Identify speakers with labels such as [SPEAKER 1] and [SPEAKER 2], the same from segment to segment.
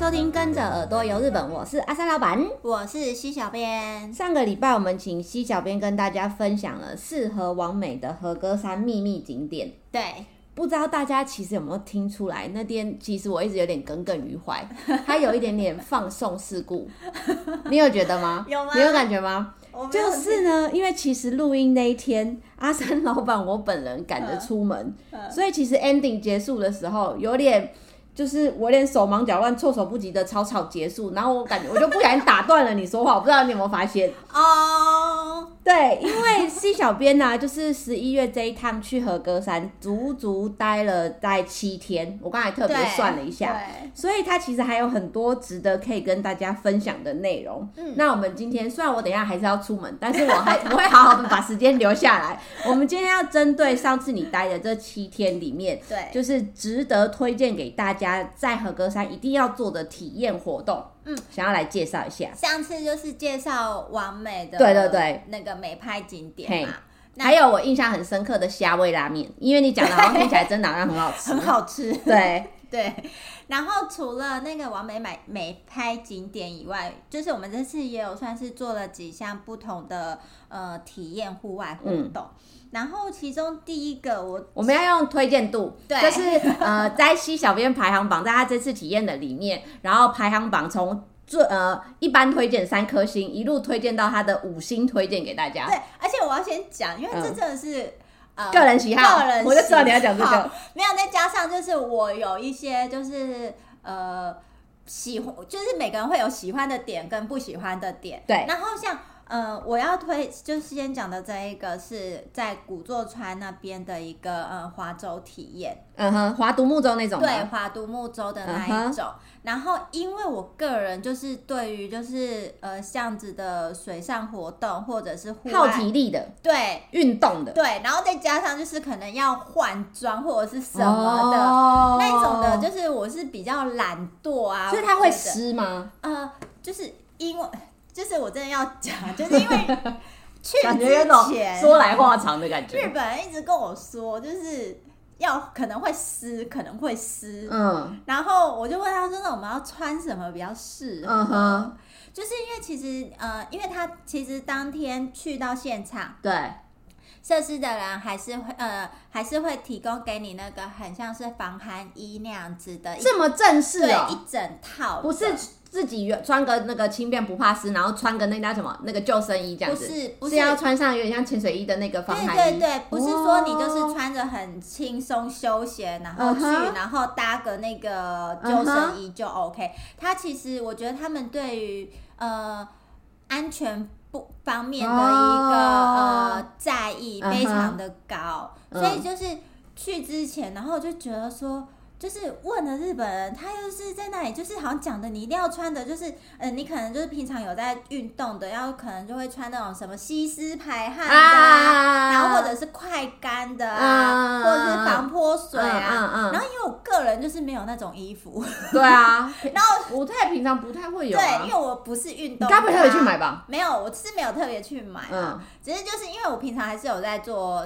[SPEAKER 1] 收听《跟着耳朵游日本》，我是阿三老板。
[SPEAKER 2] 我是西小编，
[SPEAKER 1] 上个礼拜我们请西小编跟大家分享了适合完美的和歌山秘密景点，
[SPEAKER 2] 对，
[SPEAKER 1] 不知道大家其实有没有听出来？那天其实我一直有点耿耿于怀，它有一点点放送事故，你有觉得吗？
[SPEAKER 2] 有啊吗
[SPEAKER 1] 你有感觉吗？
[SPEAKER 2] 我没有
[SPEAKER 1] 就是呢，因为其实录音那一天， 阿三老板我本人赶着出门，所以其实 ending 结束的时候有点。就是我有点手忙脚乱、措手不及的草草结束，然后我感觉我就不小心打断了你说话，我不知道你有没有发现？
[SPEAKER 2] 哦，
[SPEAKER 1] 对，因为 C 小编 呐、就是十一月这一趟去和歌山，足足待了在七天，我刚才特别
[SPEAKER 2] 对
[SPEAKER 1] 算了一下，
[SPEAKER 2] 对，
[SPEAKER 1] 所以他其实还有很多值得可以跟大家分享的内容。
[SPEAKER 2] 嗯
[SPEAKER 1] 那我们今天虽然我等一下还是要出门，但是我还我会好好的把时间留下 来。我们今天要针对上次你待的这七天里面，
[SPEAKER 2] 对
[SPEAKER 1] 就是值得推荐给大家在和歌山一定要做的体验活动，
[SPEAKER 2] 嗯，
[SPEAKER 1] 想要来介绍一下。
[SPEAKER 2] 上次就是介绍完美的，
[SPEAKER 1] 对对对，
[SPEAKER 2] 那个美拍景点嘛，啊那
[SPEAKER 1] 还有我印象很深刻的虾味拉面，因为你讲的好像听起来真的好像很好吃。
[SPEAKER 2] 很好吃，
[SPEAKER 1] 对，
[SPEAKER 2] 对。然后除了那个完美美美拍景点以外，就是我们这次也有算是做了几项不同的呃体验户外活动。
[SPEAKER 1] 嗯
[SPEAKER 2] 然后其中第一个我
[SPEAKER 1] 我们要用推荐度，
[SPEAKER 2] 对
[SPEAKER 1] 就是呃，在西小编排行榜，在他这次体验的里面，然后排行榜从最呃一般推荐三颗星，一路推荐到他的五星推荐给大家。
[SPEAKER 2] 对，而且我要先讲，因为这
[SPEAKER 1] 啊嗯
[SPEAKER 2] 真的是、呃
[SPEAKER 1] 个人喜好
[SPEAKER 2] 个人
[SPEAKER 1] 我就知道你要讲
[SPEAKER 2] 喜
[SPEAKER 1] 这个
[SPEAKER 2] 好。没有，再加上就是我有一些就是呃喜欢，就是每个人会有喜欢的点跟不喜欢的点。
[SPEAKER 1] 对
[SPEAKER 2] 然后像呃我要推就是先讲的这一个是在古座川那边的一个呃划舟体验。
[SPEAKER 1] 嗯哼，划独木舟那种吗。
[SPEAKER 2] 对，华独木舟的那
[SPEAKER 1] 嗯哼
[SPEAKER 2] 一种。然后，因为我个人就是对于就是呃这样子的水上活动或者是户
[SPEAKER 1] 耗
[SPEAKER 2] 外，
[SPEAKER 1] 体力的、
[SPEAKER 2] 对
[SPEAKER 1] 运动的，
[SPEAKER 2] 对，然后再加上就是可能要换装或者是什么的。
[SPEAKER 1] 哦
[SPEAKER 2] 那一种的，就是我是比较懒惰啊，
[SPEAKER 1] 所以他会
[SPEAKER 2] 觉得
[SPEAKER 1] 湿吗？
[SPEAKER 2] 呃，就是因为就是我真的要讲， 就是因为去
[SPEAKER 1] 感觉有
[SPEAKER 2] 之
[SPEAKER 1] 种
[SPEAKER 2] 前
[SPEAKER 1] 说来话长的感
[SPEAKER 2] 日
[SPEAKER 1] 觉。
[SPEAKER 2] 本人一直跟我说，就是要可能会湿，可能会湿，
[SPEAKER 1] 嗯
[SPEAKER 2] 然后我就问他说：“那我们要穿什么比较适合？”
[SPEAKER 1] 嗯哼，
[SPEAKER 2] 就是因为其实呃，因为他其实当天去到现场，
[SPEAKER 1] 对，
[SPEAKER 2] 设施的人还是会呃还是会提供给你那个很像是防寒衣那样子的一
[SPEAKER 1] 这么正式
[SPEAKER 2] 对
[SPEAKER 1] 哦、
[SPEAKER 2] 一整套的，
[SPEAKER 1] 不是自己穿个那个轻便不怕湿，然后穿个那叫什么那个救生衣这样
[SPEAKER 2] 不
[SPEAKER 1] 子，
[SPEAKER 2] 是不
[SPEAKER 1] 是要穿上有点像潜水衣的那个防寒
[SPEAKER 2] 对
[SPEAKER 1] 衣。
[SPEAKER 2] 对对，不是说你就是
[SPEAKER 1] 哦
[SPEAKER 2] 穿着很轻松休闲，然后
[SPEAKER 1] 嗯
[SPEAKER 2] 去
[SPEAKER 1] 哼嗯
[SPEAKER 2] 然后搭个那个救生衣就 OK。他其实我觉得他们对于呃安全不方面的一个、
[SPEAKER 1] 哦
[SPEAKER 2] 呃在意
[SPEAKER 1] 嗯哼
[SPEAKER 2] 非常的高，
[SPEAKER 1] 嗯
[SPEAKER 2] 所以就是去之前，然后我就觉得说。就是问了日本人，他又是在那里，就是好像讲的你一定要穿的，就是呃，你可能就是平常有在运动的，要可能就会穿那种什么吸湿排汗的啊然后或者是快干的
[SPEAKER 1] 嗯
[SPEAKER 2] 啊，或者是防泼水啊。
[SPEAKER 1] 嗯嗯嗯
[SPEAKER 2] 然后因为我个人就是没有那种衣服，
[SPEAKER 1] 对啊，
[SPEAKER 2] 然后
[SPEAKER 1] 不太平常不太会有、啊。
[SPEAKER 2] 对，因为我不是运
[SPEAKER 1] 你
[SPEAKER 2] 动，
[SPEAKER 1] 该不会特别去？买嗯吧？
[SPEAKER 2] 没有，我是没有特别去买啊，只是就是因为我平常还是有在做。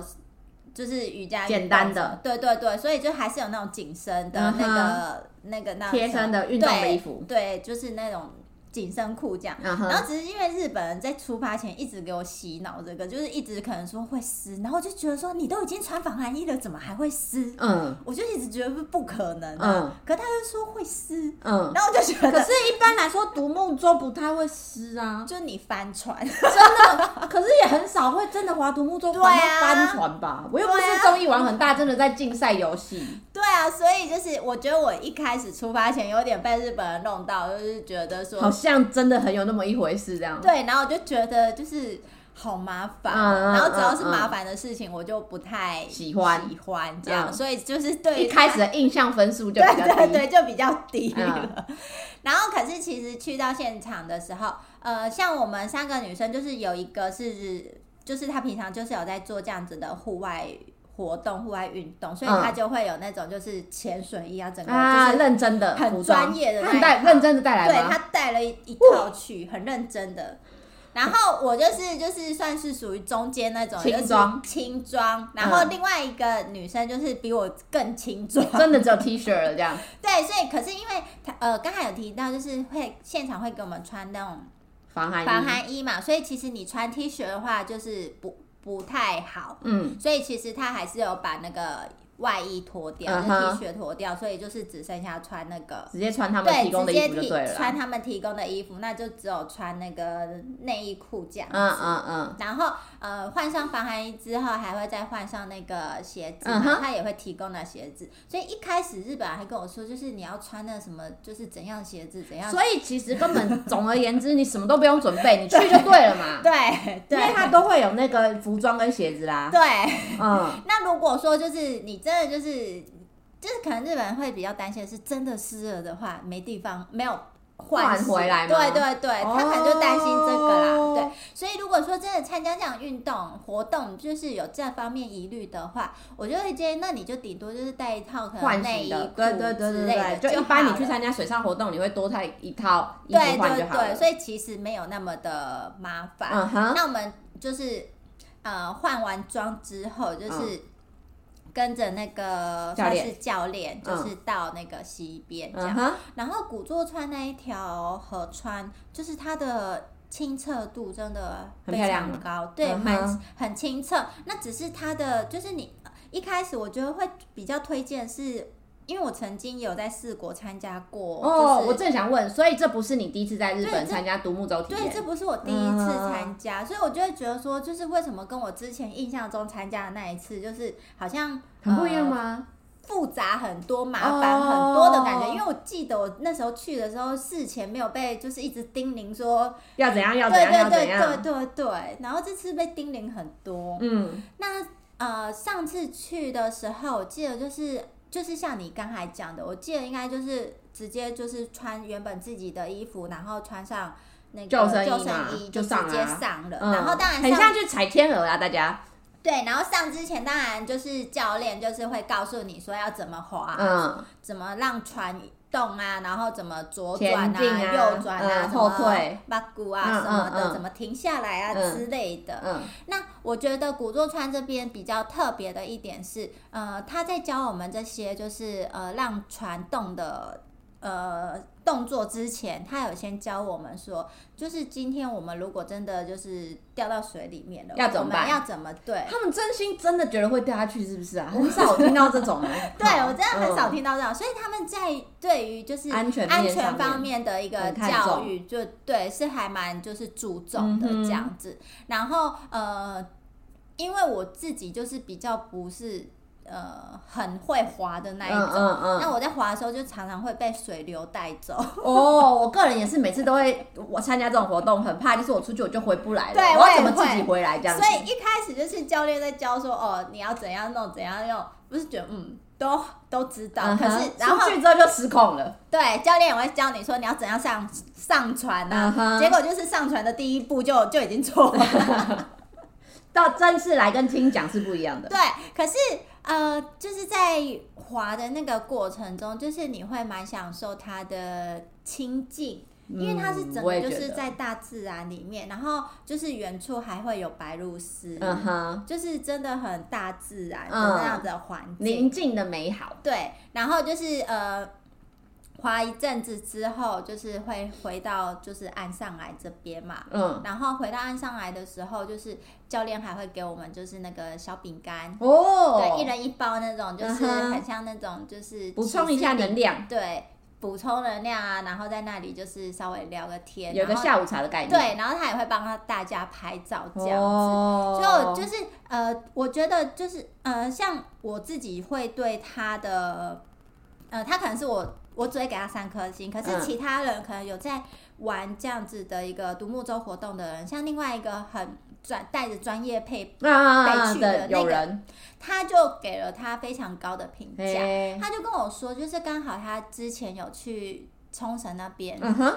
[SPEAKER 2] 就是瑜伽运动
[SPEAKER 1] 简单的，
[SPEAKER 2] 对对对，所以就还是有那种紧身的
[SPEAKER 1] 嗯哼
[SPEAKER 2] 那个、那个那
[SPEAKER 1] 嗯贴身的运动的衣服
[SPEAKER 2] 对，对就是那种紧身裤这样。
[SPEAKER 1] 嗯
[SPEAKER 2] 然
[SPEAKER 1] 哼，
[SPEAKER 2] 后只是因为日本人在出发前一直给我洗脑这个，就是一直可能说会湿，然后我就觉得说你都已经穿防寒衣了，怎么还会湿？
[SPEAKER 1] 嗯
[SPEAKER 2] 我就一直觉得不可能、啊。
[SPEAKER 1] 嗯
[SPEAKER 2] 可他又说会湿，
[SPEAKER 1] 嗯。
[SPEAKER 2] 然后我就觉
[SPEAKER 1] 可
[SPEAKER 2] 得
[SPEAKER 1] 是，一般来说，独木舟不太会湿啊。
[SPEAKER 2] 就你翻船，
[SPEAKER 1] 可是也很少会真的划独木舟
[SPEAKER 2] 对
[SPEAKER 1] 划
[SPEAKER 2] 啊
[SPEAKER 1] 到翻船吧？我又不是综艺玩很大，真的在竞赛游戏。
[SPEAKER 2] 对啊，所以就是我觉得我一开始出发前有点被日本人弄到，就是觉得说
[SPEAKER 1] 好像真的很有那么一回事这样。
[SPEAKER 2] 对，然后我就觉得就是好麻烦，啊
[SPEAKER 1] 嗯嗯
[SPEAKER 2] 然后只要是
[SPEAKER 1] 嗯嗯
[SPEAKER 2] 麻烦的事情，我就不太
[SPEAKER 1] 喜欢
[SPEAKER 2] 喜欢这样，
[SPEAKER 1] 嗯
[SPEAKER 2] 所以就是对
[SPEAKER 1] 一
[SPEAKER 2] 于
[SPEAKER 1] 开始的印象分数就比较低。
[SPEAKER 2] 对对对，就比较低
[SPEAKER 1] 嗯
[SPEAKER 2] 了。 然后可是其实去到现场的时候，呃，像我们三个女生，就是有一个是，就是她平常就是有在做这样子的户外。活动户外运动，所以
[SPEAKER 1] 嗯
[SPEAKER 2] 她就会有那种就是潜水衣啊，整个
[SPEAKER 1] 啊，
[SPEAKER 2] 就是、
[SPEAKER 1] 认真的，
[SPEAKER 2] 很
[SPEAKER 1] 服装
[SPEAKER 2] 专业的
[SPEAKER 1] 他
[SPEAKER 2] 那
[SPEAKER 1] 很
[SPEAKER 2] 一
[SPEAKER 1] 带
[SPEAKER 2] 套
[SPEAKER 1] 认真的带来
[SPEAKER 2] 对
[SPEAKER 1] 吗？
[SPEAKER 2] 她带了一一套去，很认真的。然后我就是就是算是属于中间那种，
[SPEAKER 1] 轻
[SPEAKER 2] 就是
[SPEAKER 1] 装
[SPEAKER 2] 轻装。然后
[SPEAKER 1] 嗯
[SPEAKER 2] 另外一个女生就是比我更轻装，
[SPEAKER 1] 真的只有 T 恤了这样。
[SPEAKER 2] 对，所以可是因为她呃刚才有提到，就是会现场会给我们穿那种
[SPEAKER 1] 防寒衣，
[SPEAKER 2] 防寒衣嘛，所以其实你穿 T 恤的话就是不不太好，
[SPEAKER 1] 嗯，
[SPEAKER 2] 所以其实他还是有把那个外衣脱掉，
[SPEAKER 1] 嗯
[SPEAKER 2] 那
[SPEAKER 1] 哼
[SPEAKER 2] T 恤脱掉，所以就是只剩下穿那个。
[SPEAKER 1] 直接穿他们
[SPEAKER 2] 对，
[SPEAKER 1] 提供的
[SPEAKER 2] 直
[SPEAKER 1] 衣
[SPEAKER 2] 接
[SPEAKER 1] 服就
[SPEAKER 2] 提
[SPEAKER 1] 对了啦。
[SPEAKER 2] 穿他们提供的衣服，那就只有穿那个内衣裤这样。
[SPEAKER 1] 嗯嗯嗯，
[SPEAKER 2] 然后呃，换上防寒衣之后，还会再换上那个鞋子嘛，
[SPEAKER 1] 嗯哼
[SPEAKER 2] 他也会提供那鞋子。所以一开始日本人还跟我说，就是你要穿那什么，就是怎样鞋子怎样。
[SPEAKER 1] 所以其实根本 总而言之，你什么都不用准备，你去就对了嘛。
[SPEAKER 2] 对
[SPEAKER 1] 因为
[SPEAKER 2] 对
[SPEAKER 1] 它都会有那个服装跟鞋子啦。
[SPEAKER 2] 对，
[SPEAKER 1] 嗯，
[SPEAKER 2] 那如果说就是你真的就是就是可能日本人会比较担心的是，真的湿了的话没地方没有
[SPEAKER 1] 换
[SPEAKER 2] 湿
[SPEAKER 1] 回来吗
[SPEAKER 2] 对对对，他可能就担心这个啦。
[SPEAKER 1] 哦
[SPEAKER 2] 对，所以如果说真的参加这样运动活动，就是有这方面疑虑的话，我就会建议，那你就顶多就是带一套可能
[SPEAKER 1] 换
[SPEAKER 2] 嗯内
[SPEAKER 1] 洗
[SPEAKER 2] 衣
[SPEAKER 1] 的，
[SPEAKER 2] 裤
[SPEAKER 1] 对对对对
[SPEAKER 2] 之类的
[SPEAKER 1] 对，就一
[SPEAKER 2] 好
[SPEAKER 1] 般你
[SPEAKER 2] 了
[SPEAKER 1] 去参加水上活动，你会多带一套衣
[SPEAKER 2] 对
[SPEAKER 1] 服换就
[SPEAKER 2] 对
[SPEAKER 1] 好了
[SPEAKER 2] 对，。所以其实没有那么的麻烦。
[SPEAKER 1] 嗯哼，
[SPEAKER 2] 那我们就是呃换完妆之后，就是跟着那个
[SPEAKER 1] 嗯教
[SPEAKER 2] 算
[SPEAKER 1] 练
[SPEAKER 2] 是教练，就
[SPEAKER 1] 嗯
[SPEAKER 2] 是到那个西边这
[SPEAKER 1] 嗯
[SPEAKER 2] 样。
[SPEAKER 1] 哼，
[SPEAKER 2] 然后古座川那一条河川，就是它的。清澈度真的
[SPEAKER 1] 很
[SPEAKER 2] 非
[SPEAKER 1] 漂亮
[SPEAKER 2] 常高，对，
[SPEAKER 1] 嗯哼
[SPEAKER 2] 蛮、很清澈。那只是它的，就是你一开始我觉得会比较推荐是，因为我曾经有在四国参加过，
[SPEAKER 1] 哦，
[SPEAKER 2] 就是
[SPEAKER 1] 我正想问，所以这不是你第一次在日
[SPEAKER 2] 对
[SPEAKER 1] 本
[SPEAKER 2] 这
[SPEAKER 1] 参加独木舟体
[SPEAKER 2] 对，
[SPEAKER 1] 验？
[SPEAKER 2] 这不是我第一次
[SPEAKER 1] 嗯
[SPEAKER 2] 参加，所以我就会觉得说，就是为什么跟我之前印象中参加的那一次，就是好像
[SPEAKER 1] 很不一样？
[SPEAKER 2] 呃
[SPEAKER 1] 吗？
[SPEAKER 2] 复杂很多、麻烦很多的感觉。
[SPEAKER 1] 哦
[SPEAKER 2] 因为我记得我那时候去的时候，事前没有被就是一直叮咛说，
[SPEAKER 1] 要怎样？要
[SPEAKER 2] 对
[SPEAKER 1] 怎样？要
[SPEAKER 2] 对对
[SPEAKER 1] 怎
[SPEAKER 2] 对
[SPEAKER 1] 样？
[SPEAKER 2] 对对。然后这次被叮咛很多。
[SPEAKER 1] 嗯，
[SPEAKER 2] 那呃，上次去的时候，我记得就是就是像你刚才讲的，我记得应该就是直接就是穿原本自己的衣服，然后穿上那个
[SPEAKER 1] 救
[SPEAKER 2] 救
[SPEAKER 1] 生
[SPEAKER 2] 生
[SPEAKER 1] 衣嘛
[SPEAKER 2] 衣
[SPEAKER 1] 就
[SPEAKER 2] 直
[SPEAKER 1] 上
[SPEAKER 2] 接
[SPEAKER 1] 啊
[SPEAKER 2] 上了。
[SPEAKER 1] 嗯
[SPEAKER 2] 然后当然
[SPEAKER 1] 很
[SPEAKER 2] 上
[SPEAKER 1] 像去踩天鹅啊，大家。
[SPEAKER 2] 对，然后上之前当然就是教练就是会告诉你说要怎么滑，
[SPEAKER 1] 嗯，
[SPEAKER 2] 怎么让船。动啊，然后怎么左
[SPEAKER 1] 前
[SPEAKER 2] 转啊、
[SPEAKER 1] 进啊
[SPEAKER 2] 右转啊、
[SPEAKER 1] 嗯
[SPEAKER 2] 什么
[SPEAKER 1] 后退、
[SPEAKER 2] 八股啊、
[SPEAKER 1] 嗯
[SPEAKER 2] 什么的，
[SPEAKER 1] 嗯嗯
[SPEAKER 2] 怎么停下来啊、
[SPEAKER 1] 嗯
[SPEAKER 2] 之类的。
[SPEAKER 1] 嗯，
[SPEAKER 2] 那我觉得古座川这边比较特别的一点是，呃，他在教我们这些就是呃让船动的呃动作之前，他有先教我们说，就是今天我们如果真的就是掉到水里面了，
[SPEAKER 1] 要怎么
[SPEAKER 2] 我们
[SPEAKER 1] 办
[SPEAKER 2] 要怎么对？。
[SPEAKER 1] 他们真心真的觉得会掉下去，是不是啊？ 很少听到这种哦
[SPEAKER 2] 对，我真的很少
[SPEAKER 1] 嗯。
[SPEAKER 2] 听到这样，所以他们在对于就是
[SPEAKER 1] 安全面
[SPEAKER 2] 安
[SPEAKER 1] 上
[SPEAKER 2] 全
[SPEAKER 1] 面
[SPEAKER 2] 方面的一个
[SPEAKER 1] 很看
[SPEAKER 2] 教
[SPEAKER 1] 重
[SPEAKER 2] 育，就对是还蛮就是注重的
[SPEAKER 1] 嗯哼
[SPEAKER 2] 这样子。然后呃，因为我自己就是比较不是呃很会滑的那一
[SPEAKER 1] 嗯
[SPEAKER 2] 种，
[SPEAKER 1] 嗯嗯。
[SPEAKER 2] 那我在滑的时候就常常会被水流带走。
[SPEAKER 1] 哦，我个人也是每次都会，我参加这种活动很怕，就是我出去我就回不来了，
[SPEAKER 2] 对
[SPEAKER 1] 我要
[SPEAKER 2] 我也
[SPEAKER 1] 怎么自己
[SPEAKER 2] 会
[SPEAKER 1] 回来这样子
[SPEAKER 2] 所？以一开始就是教练在教说哦，你要怎样弄怎样用，不是觉得嗯都都知道，
[SPEAKER 1] 嗯
[SPEAKER 2] 可
[SPEAKER 1] 哼
[SPEAKER 2] 是然后
[SPEAKER 1] 出去之后就失控了。
[SPEAKER 2] 对，教练也会教你说你要怎样上上船啊
[SPEAKER 1] 嗯哼
[SPEAKER 2] 结果就是上船的第一步就就已经错了。
[SPEAKER 1] 到正式来跟听讲是不一样的。
[SPEAKER 2] 对，可是呃，就是在滑的那个过程中，就是你会蛮享受它的清静。因为它是
[SPEAKER 1] 嗯
[SPEAKER 2] 整
[SPEAKER 1] 我
[SPEAKER 2] 个
[SPEAKER 1] 也
[SPEAKER 2] 就
[SPEAKER 1] 觉
[SPEAKER 2] 是
[SPEAKER 1] 得
[SPEAKER 2] 在大自然里面，然后就是远处还会有白鹭丝，
[SPEAKER 1] 嗯哼，
[SPEAKER 2] 就是真的很大自然的
[SPEAKER 1] 嗯
[SPEAKER 2] 那样子的环境。
[SPEAKER 1] 宁静的美好。
[SPEAKER 2] 对，然后就是呃，滑一阵子之后，就是会回到就是岸上来这边嘛。
[SPEAKER 1] 嗯，
[SPEAKER 2] 然后回到岸上来的时候，就是教练还会给我们就是那个小饼干，
[SPEAKER 1] 哦，
[SPEAKER 2] 对，一人一包那种，就是
[SPEAKER 1] 嗯哼
[SPEAKER 2] 很像那种就是
[SPEAKER 1] 补充一下
[SPEAKER 2] 骑士饼，
[SPEAKER 1] 能量，
[SPEAKER 2] 对，补充能量啊。然后在那里就是稍微聊个天，
[SPEAKER 1] 有个
[SPEAKER 2] 然后
[SPEAKER 1] 下午茶的概念。
[SPEAKER 2] 对，然后他也会帮他大家拍照这样子。
[SPEAKER 1] 哦，
[SPEAKER 2] 就就是呃，我觉得就是呃，像我自己会对他的，呃，他可能是我我只会给他三颗星，可
[SPEAKER 1] 嗯
[SPEAKER 2] 是其他人可能有在玩这样子的一个独木舟活动的人，像另外一个很专带着专业配，
[SPEAKER 1] 啊啊啊
[SPEAKER 2] 北
[SPEAKER 1] 啊
[SPEAKER 2] 区的
[SPEAKER 1] 对，
[SPEAKER 2] 那个
[SPEAKER 1] 有人，
[SPEAKER 2] 他就给了他非常高的评价，
[SPEAKER 1] 嘿嗯
[SPEAKER 2] 他就跟我说，就是刚好他之前有去冲绳那边，
[SPEAKER 1] 嗯哼，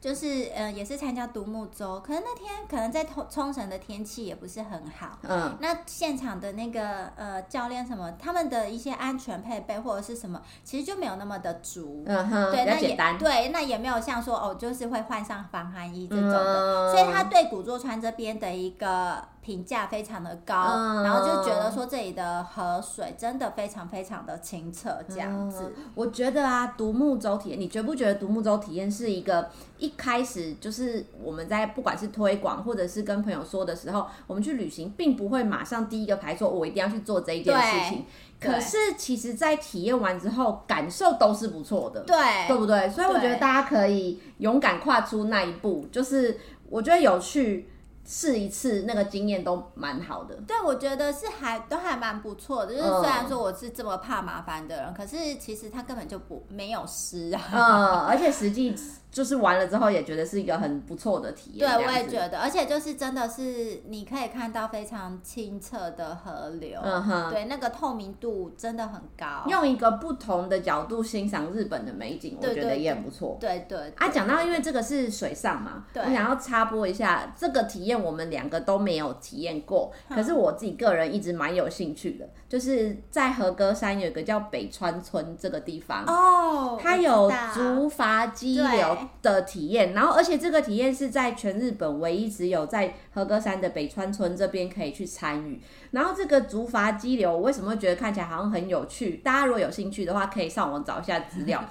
[SPEAKER 2] 就是呃也是参加独木舟，可能那天可能在冲冲绳的天气也不是很好。
[SPEAKER 1] 嗯，
[SPEAKER 2] 那现场的那个呃教练什么，他们的一些安全配备或者是什么，其实就没有那么的足。
[SPEAKER 1] 嗯哼，
[SPEAKER 2] 对，
[SPEAKER 1] 比较
[SPEAKER 2] 那
[SPEAKER 1] 简
[SPEAKER 2] 也
[SPEAKER 1] 单，
[SPEAKER 2] 对，那也没有像说哦，就是会换上防寒衣这种的，
[SPEAKER 1] 嗯
[SPEAKER 2] 所以他对古座川这边的一个评价非常的高，
[SPEAKER 1] 嗯
[SPEAKER 2] 然后就觉得说这里的河水真的非常非常的清澈，这样子。
[SPEAKER 1] 嗯我觉得啊，独木舟体验，你觉不觉得独木舟体验是一个一开始就是我们在不管是推广或者是跟朋友说的时候，我们去旅行，并不会马上第一个排说我一定要去做这一件事情。
[SPEAKER 2] 对
[SPEAKER 1] 可是其实，在体验完之后，感受都是不错的。对
[SPEAKER 2] 对，
[SPEAKER 1] 不对？所以我觉得
[SPEAKER 2] 对
[SPEAKER 1] 大家可以勇敢跨出那一步，就是我觉得有去试一次，那个经验都蛮好的。
[SPEAKER 2] 对，我觉得是还都还蛮不错的，就是
[SPEAKER 1] 嗯
[SPEAKER 2] 虽然说我是这么怕麻烦的人，可是其实他根本就不没有湿啊。
[SPEAKER 1] 嗯，而且实际就是玩了之后，也觉得是一个很不错的体验。
[SPEAKER 2] 对，
[SPEAKER 1] 这
[SPEAKER 2] 我
[SPEAKER 1] 样
[SPEAKER 2] 也
[SPEAKER 1] 子
[SPEAKER 2] 觉得，而且就是真的是你可以看到非常清澈的河流，
[SPEAKER 1] 嗯哼，
[SPEAKER 2] 对，那个透明度真的很高。
[SPEAKER 1] 用一个不同的角度欣赏日本的美景，我
[SPEAKER 2] 对
[SPEAKER 1] 觉得
[SPEAKER 2] 对
[SPEAKER 1] 也很不错。
[SPEAKER 2] 对对
[SPEAKER 1] 啊，讲到因为这个是水上嘛，
[SPEAKER 2] 对
[SPEAKER 1] 我想要插播一下，这个体验我们两个都没有体验过，
[SPEAKER 2] 嗯
[SPEAKER 1] 可是我自己个人一直蛮有兴趣的，就是在和歌山有一个叫北川村这个地方，
[SPEAKER 2] 哦，
[SPEAKER 1] 啊它
[SPEAKER 2] 我知
[SPEAKER 1] 有
[SPEAKER 2] 道
[SPEAKER 1] 竹筏激流的体验，然后而且这个体验是在全日本唯一只有在和歌山的北川村这边可以去参与。然后这个竹筏激流，我为什么会觉得看起来好像很有趣？大家如果有兴趣的话，可以上网找一下资料。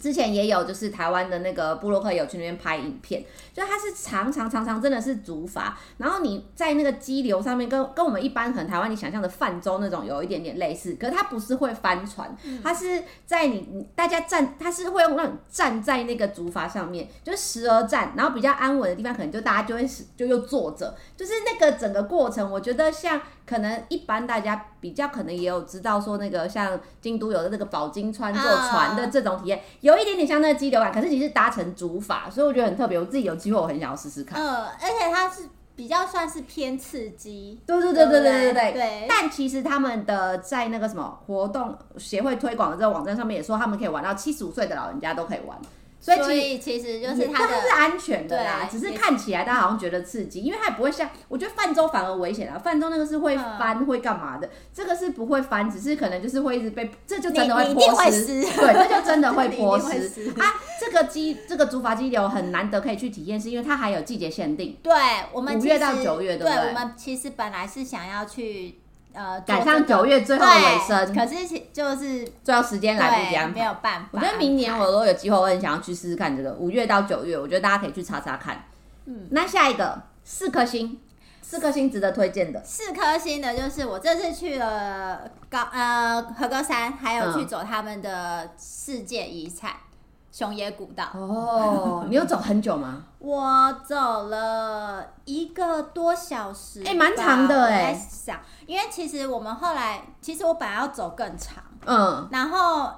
[SPEAKER 1] 之前也有，就是台湾的那个布洛克有去那边拍影片，就它是长长长长，真的是竹筏，然后你在那个激流上面跟，跟我们一般可能台湾你想象的泛舟那种有一点点类似，可是它不是会翻船，它是在你你大家站，它是会用让你站在那个竹筏上面，就是时而站，然后比较安稳的地方，可能就大家就会是就又坐着，就是那个整个过程，我觉得像可能一般大家比较可能也有知道说那个像京都有的那个宝金川坐船的这种体验，有一点点像那个激流感，可是你是搭乘竹筏，所以我觉得很特别，我自己有机会我很想要试试看。
[SPEAKER 2] 嗯，而且它是比较算是偏刺激，
[SPEAKER 1] 对对对对对对
[SPEAKER 2] 对
[SPEAKER 1] 对
[SPEAKER 2] 不对，
[SPEAKER 1] 但其实他们的在那个什么活动协会推广的这个网站上面也说，他们可以玩到七十五岁的老人家都可以玩，所以其
[SPEAKER 2] 所
[SPEAKER 1] 实。
[SPEAKER 2] 以其实就
[SPEAKER 1] 也
[SPEAKER 2] 是它
[SPEAKER 1] 但
[SPEAKER 2] 的
[SPEAKER 1] 是安全的啦，
[SPEAKER 2] 对
[SPEAKER 1] 只是
[SPEAKER 2] 也
[SPEAKER 1] 看起来大家好像觉得刺激，因为它也不会像，我觉得泛舟反而危险啊，泛舟那个是会
[SPEAKER 2] 嗯
[SPEAKER 1] 翻、会干嘛的，这个是不会翻，只是可能就是会一直被，这就
[SPEAKER 2] 你
[SPEAKER 1] 真的
[SPEAKER 2] 你一定
[SPEAKER 1] 泼
[SPEAKER 2] 会
[SPEAKER 1] 湿，
[SPEAKER 2] 湿，
[SPEAKER 1] 对，这就真的会
[SPEAKER 2] 你一定
[SPEAKER 1] 泼
[SPEAKER 2] 会
[SPEAKER 1] 湿
[SPEAKER 2] 湿
[SPEAKER 1] 啊。这个激这个竹筏激流很难得可以去体验，是因为它还有季节限定，
[SPEAKER 2] 对，我们
[SPEAKER 1] 五
[SPEAKER 2] 其
[SPEAKER 1] 月
[SPEAKER 2] 实
[SPEAKER 1] 到九月对
[SPEAKER 2] 对，
[SPEAKER 1] 不对
[SPEAKER 2] 我们其实本来是想要去呃
[SPEAKER 1] 赶
[SPEAKER 2] 做这
[SPEAKER 1] 上
[SPEAKER 2] 个
[SPEAKER 1] 九月最后的尾声
[SPEAKER 2] 对，可是其就是
[SPEAKER 1] 最后时间来不及
[SPEAKER 2] 对
[SPEAKER 1] 安排
[SPEAKER 2] 没。有办法，
[SPEAKER 1] 我觉得明年我如果有机会，我很想要去试试看这个。五月到九月，我觉得大家可以去查查看。嗯，那下一个四颗星，四颗星值得推荐的。
[SPEAKER 2] 四颗星的，就是我这次去了高呃和歌山，还有去走他们的世界遗产、熊野古道。
[SPEAKER 1] 哦，你有走很久吗？
[SPEAKER 2] 我走了一个多小时吧，
[SPEAKER 1] 哎蛮长的哎
[SPEAKER 2] 我在想，因为其实我们后来，其实我本来要走更长，
[SPEAKER 1] 嗯，
[SPEAKER 2] 然后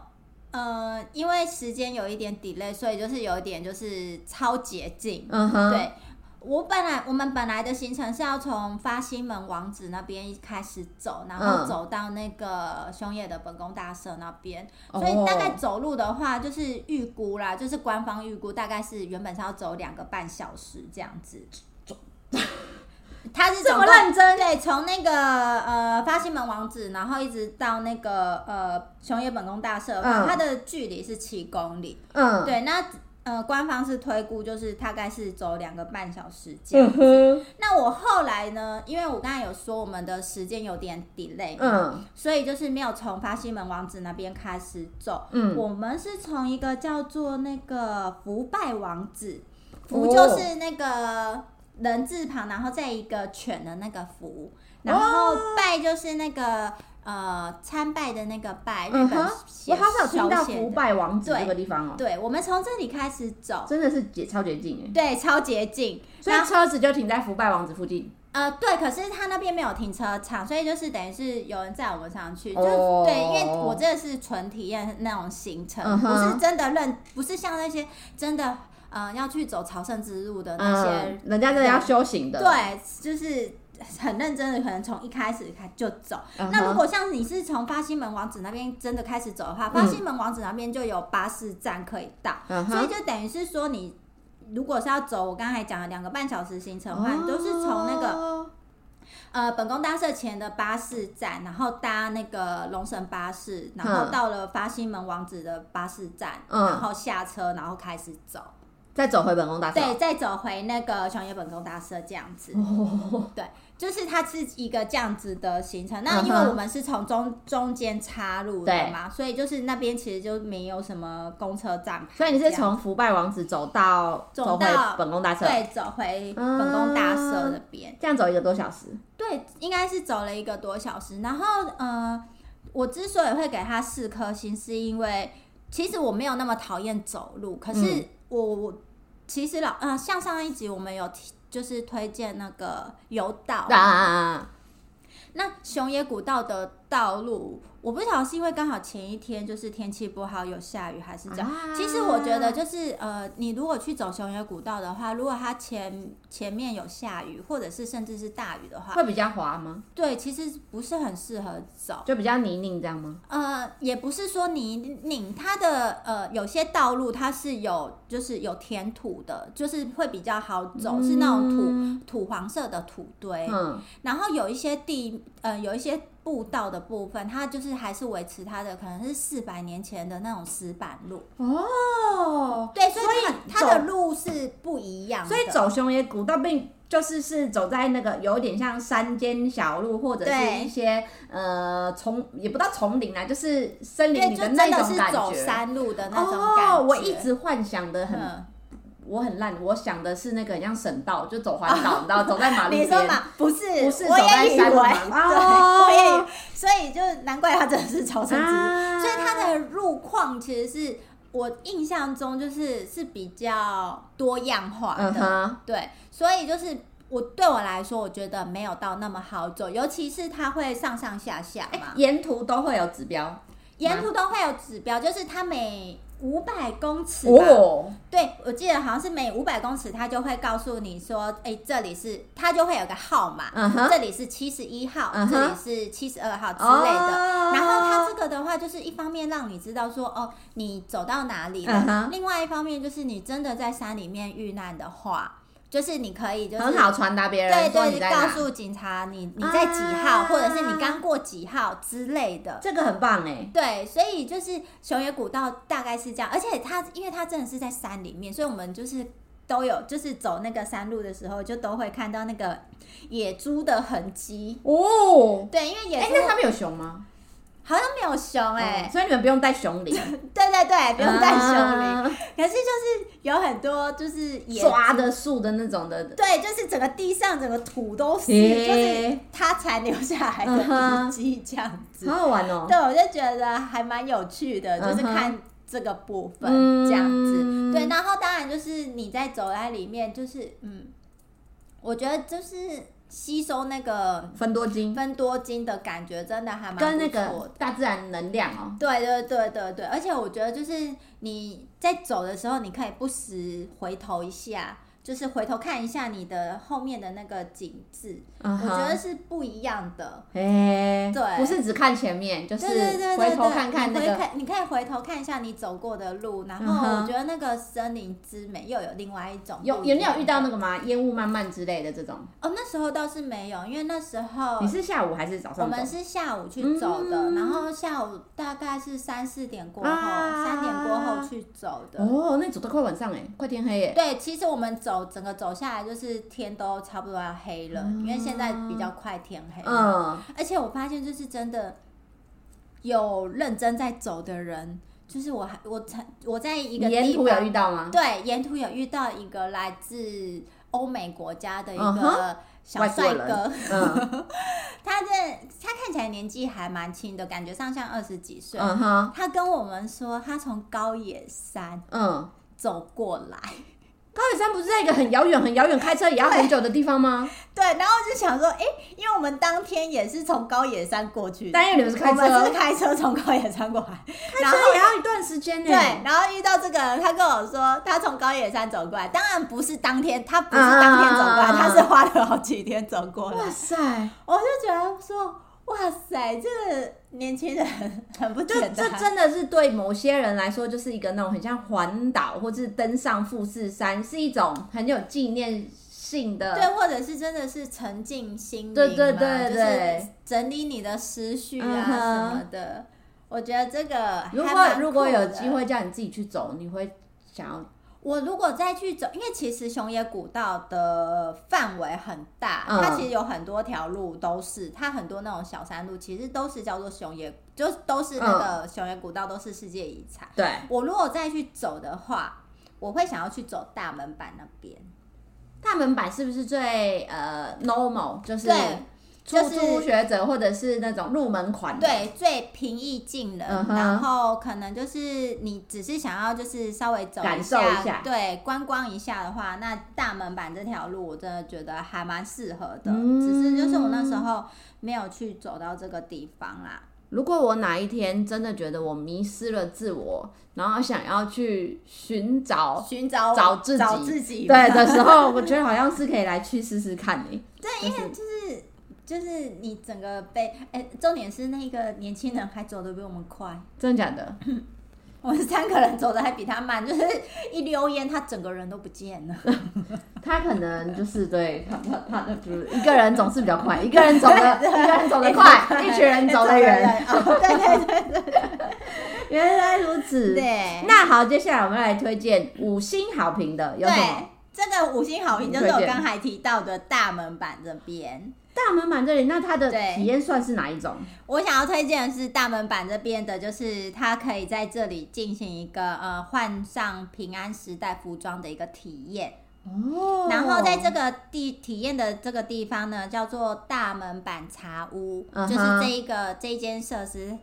[SPEAKER 2] 呃，因为时间有一点 delay，所以就是有一点就是超捷径。
[SPEAKER 1] 嗯哼，，
[SPEAKER 2] 对，我本来我们本来的行程是要从发心门王子那边一开始走，然后
[SPEAKER 1] 嗯
[SPEAKER 2] 走到那个熊野的本宫大社那边，
[SPEAKER 1] 哦
[SPEAKER 2] 所以大概走路的话，就是预估啦，就是官方预估大概是原本是要走两个半小时这样子。 他是
[SPEAKER 1] 这么
[SPEAKER 2] 认。
[SPEAKER 1] 认真。
[SPEAKER 2] 对，从那个呃发心门王子，然后一直到那个呃熊野本宫大社的话，
[SPEAKER 1] 嗯
[SPEAKER 2] 它的距离是七公里。
[SPEAKER 1] 嗯，
[SPEAKER 2] 对，那呃官方是推估就是大概是走两个半小时这样。
[SPEAKER 1] 嗯哼，
[SPEAKER 2] 那我后来呢，因为我刚才有说我们的时间有点 delay，、
[SPEAKER 1] 嗯
[SPEAKER 2] 所以就是没有从发心门王子那边开始走。
[SPEAKER 1] 嗯，
[SPEAKER 2] 我们是从一个叫做那个福拜王子，
[SPEAKER 1] 哦
[SPEAKER 2] 福就是那个人字旁，然后再一个犬的那个福，然
[SPEAKER 1] 哦
[SPEAKER 2] 后拜就是那个呃参拜的那个拜，日
[SPEAKER 1] 嗯
[SPEAKER 2] 本
[SPEAKER 1] 哼
[SPEAKER 2] 写
[SPEAKER 1] 我好少听到
[SPEAKER 2] 手写的
[SPEAKER 1] 福拜王子
[SPEAKER 2] 对
[SPEAKER 1] 这个地方哦，
[SPEAKER 2] 对，我们从这里开始走，
[SPEAKER 1] 真的是捷超捷径哎。
[SPEAKER 2] 对，超捷径。
[SPEAKER 1] 所
[SPEAKER 2] 然
[SPEAKER 1] 以
[SPEAKER 2] 后
[SPEAKER 1] 车子就停在福拜王子附近。
[SPEAKER 2] 呃，对，可是他那边没有停车场，所以就是等于是有人载我们上去，就、
[SPEAKER 1] 哦
[SPEAKER 2] 对，因为我这是纯体验那种行程，
[SPEAKER 1] 嗯
[SPEAKER 2] 不
[SPEAKER 1] 哼
[SPEAKER 2] 是真的认，不是像那些真的呃要去走朝圣之路的那些人
[SPEAKER 1] 嗯，，人家真的要修行的。，
[SPEAKER 2] 对，就是很认真的，可能从一开始开就走。
[SPEAKER 1] 嗯哼
[SPEAKER 2] 那如果像你是从发心门王子那边真的开始走的话，发
[SPEAKER 1] 嗯
[SPEAKER 2] 心门王子那边就有巴士站可以到，
[SPEAKER 1] 嗯
[SPEAKER 2] 所以
[SPEAKER 1] 哼，
[SPEAKER 2] 就等于是说你如果是要走我刚才讲的两个半小时行程的话，你都是从那个
[SPEAKER 1] 个
[SPEAKER 2] 呃本宫大社前的巴士站，然后搭那个龙神巴士，然后
[SPEAKER 1] 嗯
[SPEAKER 2] 到了发西门王子的巴士站，
[SPEAKER 1] 嗯
[SPEAKER 2] 然后下车，然后开始走，
[SPEAKER 1] 再走回本宫大厦。
[SPEAKER 2] 对，再走回那个熊野本宫大社这样子。
[SPEAKER 1] 哦，
[SPEAKER 2] 对，就是它是一个这样子的行程。那
[SPEAKER 1] 嗯哼
[SPEAKER 2] 因为我们是从中中间插入的嘛，所以就是那边其实就没有什么公车站牌这
[SPEAKER 1] 所
[SPEAKER 2] 样，
[SPEAKER 1] 以你是从腐败王子走到
[SPEAKER 2] 走
[SPEAKER 1] 走回
[SPEAKER 2] 到
[SPEAKER 1] 本宫大厦，
[SPEAKER 2] 对走回本宫大社那边。
[SPEAKER 1] 这样走一个多小时。
[SPEAKER 2] 对，应该是走了一个多小时。然后呃，我之所以会给他四颗星，是因为其实我没有那么讨厌走路，可是
[SPEAKER 1] 嗯
[SPEAKER 2] 我、我其实老呃，像上一集我们有提，就是推荐那个游道
[SPEAKER 1] 啊啊啊啊！
[SPEAKER 2] 那熊野古道的道路，我不晓得是因为刚好前一天就是天气不好有下雨还是这样。
[SPEAKER 1] 啊
[SPEAKER 2] 其实我觉得就是呃，你如果去走熊野古道的话，如果它前前面有下雨，或者是甚至是大雨的话，
[SPEAKER 1] 会比较滑吗？
[SPEAKER 2] 对，其实不是很适合走。
[SPEAKER 1] 就比较泥泞这样吗？
[SPEAKER 2] 呃，也不是说泥泞，它的呃有些道路它是有就是有填土的，就是会比较好走，是那种
[SPEAKER 1] 嗯
[SPEAKER 2] 土土黄色的土堆。
[SPEAKER 1] 嗯
[SPEAKER 2] 然后有一些地呃有一些步道的部分，它就是还是维持它的可能是四百年前的那种石板路。
[SPEAKER 1] 哦，
[SPEAKER 2] 对，所以它它的
[SPEAKER 1] 走
[SPEAKER 2] 路是不一样的。
[SPEAKER 1] 所以走熊野古道并就是是走在那个有点像山间小路，或者是
[SPEAKER 2] 对
[SPEAKER 1] 一些呃丛，也不到丛林啦，就是森林
[SPEAKER 2] 对，
[SPEAKER 1] 里
[SPEAKER 2] 就真
[SPEAKER 1] 那
[SPEAKER 2] 的
[SPEAKER 1] 种
[SPEAKER 2] 是
[SPEAKER 1] 感
[SPEAKER 2] 走
[SPEAKER 1] 觉。
[SPEAKER 2] 山路的那种感觉。
[SPEAKER 1] 哦，我一直幻想的很，
[SPEAKER 2] 嗯
[SPEAKER 1] 我很烂，我想的是那个很像省道，就走环岛，你知道，走在马路
[SPEAKER 2] 你
[SPEAKER 1] 边。啊
[SPEAKER 2] 说嘛？不是，
[SPEAKER 1] 不是
[SPEAKER 2] 我
[SPEAKER 1] 走在
[SPEAKER 2] 也以为，
[SPEAKER 1] 山
[SPEAKER 2] 对，
[SPEAKER 1] 路嘛哦
[SPEAKER 2] 我也以，所以就难怪他真的是朝圣之路。
[SPEAKER 1] 啊
[SPEAKER 2] 所以他的路况其实是我印象中就是是比较多样化
[SPEAKER 1] 嗯
[SPEAKER 2] 的，
[SPEAKER 1] 哼，
[SPEAKER 2] 对，所以就是。我对我来说，我觉得没有到那么好走，尤其是它会上上下下嘛，
[SPEAKER 1] 哎沿途都会有指标。
[SPEAKER 2] 沿途都会有指标，就是它每五百公尺吧，
[SPEAKER 1] 哦，
[SPEAKER 2] 对，我记得好像是每五百公尺，它就会告诉你说，哎、这里是，它就会有个号码
[SPEAKER 1] 嗯哼
[SPEAKER 2] 这里是七十一号
[SPEAKER 1] 嗯
[SPEAKER 2] 这
[SPEAKER 1] 哼
[SPEAKER 2] 里是七十二号之类的。
[SPEAKER 1] 哦
[SPEAKER 2] 然后它这个的话，就是一方面让你知道说，哦，你走到哪里了
[SPEAKER 1] 嗯哼
[SPEAKER 2] 另外一方面就是你真的在山里面遇难的话，就是你可以就是
[SPEAKER 1] 很好传达别人，
[SPEAKER 2] 对
[SPEAKER 1] 说你
[SPEAKER 2] 对，
[SPEAKER 1] 在
[SPEAKER 2] 告
[SPEAKER 1] 哪
[SPEAKER 2] 诉警察你你在几号、
[SPEAKER 1] 啊
[SPEAKER 2] 或者是你刚过几号之类的。
[SPEAKER 1] 这个很棒哎，
[SPEAKER 2] 对，所以就是熊野古道大概是这样，而且它因为它真的是在山里面，所以我们就是都有就是走那个山路的时候，就都会看到那个野猪的痕迹。
[SPEAKER 1] 哦，
[SPEAKER 2] 对，因为野
[SPEAKER 1] 哎，
[SPEAKER 2] 猪
[SPEAKER 1] 那他们有熊吗？
[SPEAKER 2] 好像没有熊哎、
[SPEAKER 1] 嗯所以你们不用带熊铃，
[SPEAKER 2] 对对 对，不用带熊铃，
[SPEAKER 1] 啊
[SPEAKER 2] 可是就是有很多就是野
[SPEAKER 1] 抓的树的那种的，
[SPEAKER 2] 对，就是整个地上整个土都是，
[SPEAKER 1] 嘿
[SPEAKER 2] 就是它才留下来
[SPEAKER 1] 嗯
[SPEAKER 2] 的
[SPEAKER 1] 哼
[SPEAKER 2] 遗迹这样子。
[SPEAKER 1] 好好玩哦。
[SPEAKER 2] 对，我就觉得还蛮有趣的，就是
[SPEAKER 1] 嗯哼
[SPEAKER 2] 看这个部分、
[SPEAKER 1] 嗯
[SPEAKER 2] 这样子。对，然后当然就是你在走在里面，就是嗯，我觉得就是吸收那个
[SPEAKER 1] 分多金
[SPEAKER 2] 分多金的感觉，真的还蛮
[SPEAKER 1] 跟那
[SPEAKER 2] 不错
[SPEAKER 1] 个
[SPEAKER 2] 的
[SPEAKER 1] 大自然能量哦，
[SPEAKER 2] 对对对对对，而且我觉得就是你在走的时候，你可以不时回头一下，就是回头看一下你的后面的那个景致，
[SPEAKER 1] 我
[SPEAKER 2] 我觉得是不一样的。
[SPEAKER 1] 哎，
[SPEAKER 2] 对
[SPEAKER 1] 不是只看前面，就是
[SPEAKER 2] 对对对对
[SPEAKER 1] 回头
[SPEAKER 2] 对
[SPEAKER 1] 看看
[SPEAKER 2] 你
[SPEAKER 1] 那
[SPEAKER 2] 回
[SPEAKER 1] 个，
[SPEAKER 2] 看你可以回头看一下你走过的路，然
[SPEAKER 1] 嗯
[SPEAKER 2] 后
[SPEAKER 1] 哼
[SPEAKER 2] 我觉得那个森林之美又有另外一种
[SPEAKER 1] 有
[SPEAKER 2] 不一
[SPEAKER 1] 有你
[SPEAKER 2] 样
[SPEAKER 1] 有遇到那个吗？烟雾漫漫之类的这种，
[SPEAKER 2] 哦，那时候倒是没有，因为那时候
[SPEAKER 1] 你是嗯下午还是早
[SPEAKER 2] 我
[SPEAKER 1] 上走？
[SPEAKER 2] 们是下午去走的，然后下午大概是三四点过后，
[SPEAKER 1] 啊
[SPEAKER 2] 三、点过后去走的。
[SPEAKER 1] 哦，那你走到快晚上哎，快天黑耶。
[SPEAKER 2] 对，其实我们走整个走下来，就是天都差不多要黑了，因为现在比较快天黑。
[SPEAKER 1] 嗯，
[SPEAKER 2] 而且我发现，就是真的有认真在走的人，就是我还我才我在一个
[SPEAKER 1] 你沿
[SPEAKER 2] 地
[SPEAKER 1] 途有遇
[SPEAKER 2] 方，
[SPEAKER 1] 到吗？
[SPEAKER 2] 对，沿途有遇到一个来自欧美国家的一
[SPEAKER 1] 嗯
[SPEAKER 2] 个
[SPEAKER 1] 哼
[SPEAKER 2] 小帅
[SPEAKER 1] 外
[SPEAKER 2] 哥，
[SPEAKER 1] 嗯
[SPEAKER 2] 他这他看起来年纪还蛮轻的，感觉上像二十几岁。
[SPEAKER 1] 嗯哼，
[SPEAKER 2] 他跟我们说，他从高野山
[SPEAKER 1] 嗯。
[SPEAKER 2] 走过来，
[SPEAKER 1] 高野山不是在一个很遥远、很遥远，开车也要很久的地方吗？
[SPEAKER 2] 对，然后就想说，哎、因为我们当天也是从高野山过去的，
[SPEAKER 1] 但因为你们是开
[SPEAKER 2] 我
[SPEAKER 1] 车，
[SPEAKER 2] 们是开车从高野山过来，
[SPEAKER 1] 开
[SPEAKER 2] 然后
[SPEAKER 1] 车也要一段时间呢、
[SPEAKER 2] 对，然后遇到这个人，他跟我说，他从高野山走过来，当然不是当天，他不是当天走过来，
[SPEAKER 1] 啊
[SPEAKER 2] 他是花了好几天走过来
[SPEAKER 1] 哇。塞，
[SPEAKER 2] 我就觉得说，哇塞，这个年轻人很不
[SPEAKER 1] 就
[SPEAKER 2] 简
[SPEAKER 1] 这
[SPEAKER 2] 单。
[SPEAKER 1] 真的是对某些人来说，就是一个那种很像环岛或是登上富士山，是一种很有纪念性的。
[SPEAKER 2] 对，或者是真的是沉浸心灵嘛，
[SPEAKER 1] 对对对对
[SPEAKER 2] 就是整理你的思绪啊
[SPEAKER 1] 嗯哼
[SPEAKER 2] 什么的。我觉得这个还
[SPEAKER 1] 如果
[SPEAKER 2] 蛮
[SPEAKER 1] 如果
[SPEAKER 2] 酷
[SPEAKER 1] 有
[SPEAKER 2] 的
[SPEAKER 1] 机会叫你自己去走，你会想要
[SPEAKER 2] 我如果再去走，因为其实熊野古道的范围很大，
[SPEAKER 1] 嗯
[SPEAKER 2] 它其实有很多条路都是，它很多那种小山路其实都是叫做熊野，就都是那个熊野古道都是世界遗产。
[SPEAKER 1] 对
[SPEAKER 2] 我如果再去走的话，我会想要去走大门板那边，
[SPEAKER 1] 大门板是不是最呃 normal 就是
[SPEAKER 2] 对
[SPEAKER 1] 初
[SPEAKER 2] 就是
[SPEAKER 1] 初学者或者是那种入门款的？
[SPEAKER 2] 对，最平易近人，
[SPEAKER 1] 嗯哼
[SPEAKER 2] 然后可能就是你只是想要就是稍微走
[SPEAKER 1] 感受
[SPEAKER 2] 下，
[SPEAKER 1] 一下
[SPEAKER 2] 对，观光一下的话，那大门板这条路我真的觉得还蛮适合的，
[SPEAKER 1] 嗯
[SPEAKER 2] 只是就是我那时候没有去走到这个地方啦。
[SPEAKER 1] 如果我哪一天真的觉得我迷失了自我，然后想要去寻找
[SPEAKER 2] 寻找我
[SPEAKER 1] 哦找自己
[SPEAKER 2] 找自己，
[SPEAKER 1] 对的时候，我觉得好像是可以来去试试看诶、
[SPEAKER 2] 对，因为就是 就是你整个被，哎、重点是那个年轻人还走得比我们快，
[SPEAKER 1] 真的假的？
[SPEAKER 2] 我们三个人走的还比他慢，就是一溜烟，他整个人都不见了。
[SPEAKER 1] 他可能就是对他他他那就是一个人总是比较快，一个人走的一个人走得 快，一群人走得远。
[SPEAKER 2] 哦， 对对对
[SPEAKER 1] 原来如此。
[SPEAKER 2] 对，
[SPEAKER 1] 那好，接下来我们来推荐五星好评的有什么
[SPEAKER 2] 对？这个五星好评就是我
[SPEAKER 1] 推荐
[SPEAKER 2] 刚才提到的大门版这边，
[SPEAKER 1] 大门满这里，那它的
[SPEAKER 2] 对
[SPEAKER 1] 体验算是哪一种？
[SPEAKER 2] 我想要推荐的是大门版这边的，就是它可以在这里进行一个呃换上平安时代服装的一个体验。
[SPEAKER 1] 哦
[SPEAKER 2] 然后在这个地体验的这个地方呢，叫做大门板茶屋，
[SPEAKER 1] 嗯哼
[SPEAKER 2] 就是这一个这一间设施。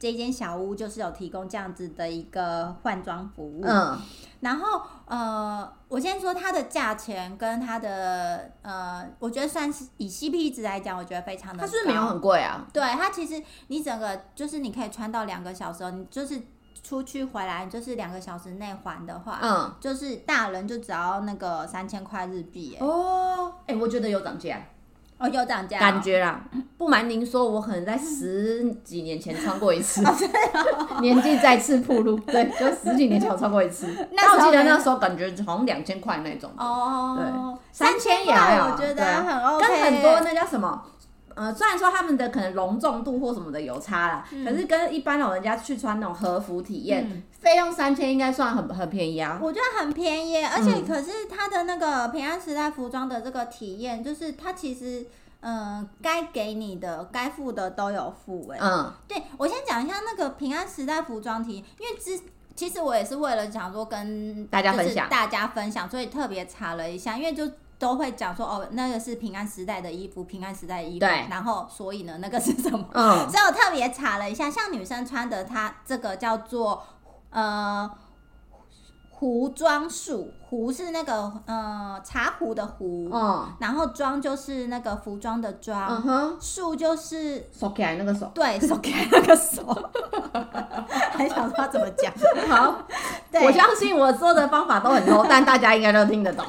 [SPEAKER 2] 这间小屋就是有提供这样子的一个换装服务，
[SPEAKER 1] 嗯
[SPEAKER 2] 然后呃，我先说它的价钱跟它的呃，我觉得算是以 CP 值来讲，我觉得非常的
[SPEAKER 1] 它
[SPEAKER 2] 高。
[SPEAKER 1] 是不是没有很贵啊？
[SPEAKER 2] 对它其实你整个就是你可以穿到两个小时哦，你就是出去回来你就是两个小时内还的话，
[SPEAKER 1] 嗯
[SPEAKER 2] 就是大人就只要那个三千块日币耶，
[SPEAKER 1] 哦，哎、我觉得有涨价，
[SPEAKER 2] 哦有涨价哦、
[SPEAKER 1] 感觉啦。不瞒您说，我可能在十几年前穿过一 次，年纪再次暴露。哦 对，就十几年前我穿过一次，那
[SPEAKER 2] 那时
[SPEAKER 1] 我
[SPEAKER 2] 候
[SPEAKER 1] 记得
[SPEAKER 2] 呢
[SPEAKER 1] 那时候哦感觉好像两千块那种。
[SPEAKER 2] 哦，
[SPEAKER 1] 三千也还好
[SPEAKER 2] 我觉
[SPEAKER 1] 对
[SPEAKER 2] 得
[SPEAKER 1] 啊
[SPEAKER 2] 很 OK，
[SPEAKER 1] 跟很多那叫什么，呃，虽然说他们的可能隆重度或什么的有差啦，可是跟一般老人家去穿那种和服体验，费、用三千应该算很很便宜啊。
[SPEAKER 2] 我觉得很便宜耶，而
[SPEAKER 1] 嗯
[SPEAKER 2] 且可是它的那个平安时代服装的这个体验，就是它其实。嗯，该给你的、该付的都有付哎、
[SPEAKER 1] 嗯，
[SPEAKER 2] 对我先讲一下那个平安时代服装体验，因为之其实我也是为了想说跟
[SPEAKER 1] 大家分
[SPEAKER 2] 就是
[SPEAKER 1] 享
[SPEAKER 2] 大家分享，所以特别查了一下，因为就都会讲说哦，那个是平安时代的衣服，平安时代的衣服，
[SPEAKER 1] 对
[SPEAKER 2] 然后所以呢，那个是什么？
[SPEAKER 1] 嗯，
[SPEAKER 2] 所以我特别查了一下，像女生穿的，它这个叫做呃壶装束，壶是那个呃茶壶的壶，
[SPEAKER 1] 嗯，
[SPEAKER 2] 然后装就是那个服装的
[SPEAKER 1] 嗯
[SPEAKER 2] 装，
[SPEAKER 1] 哼，
[SPEAKER 2] 束就是
[SPEAKER 1] 收起来那个 手，
[SPEAKER 2] 对手给那个手，很想说怎么讲，
[SPEAKER 1] 好，
[SPEAKER 2] 对
[SPEAKER 1] 我相信我说的方法都很 low，但大家应该都听得懂。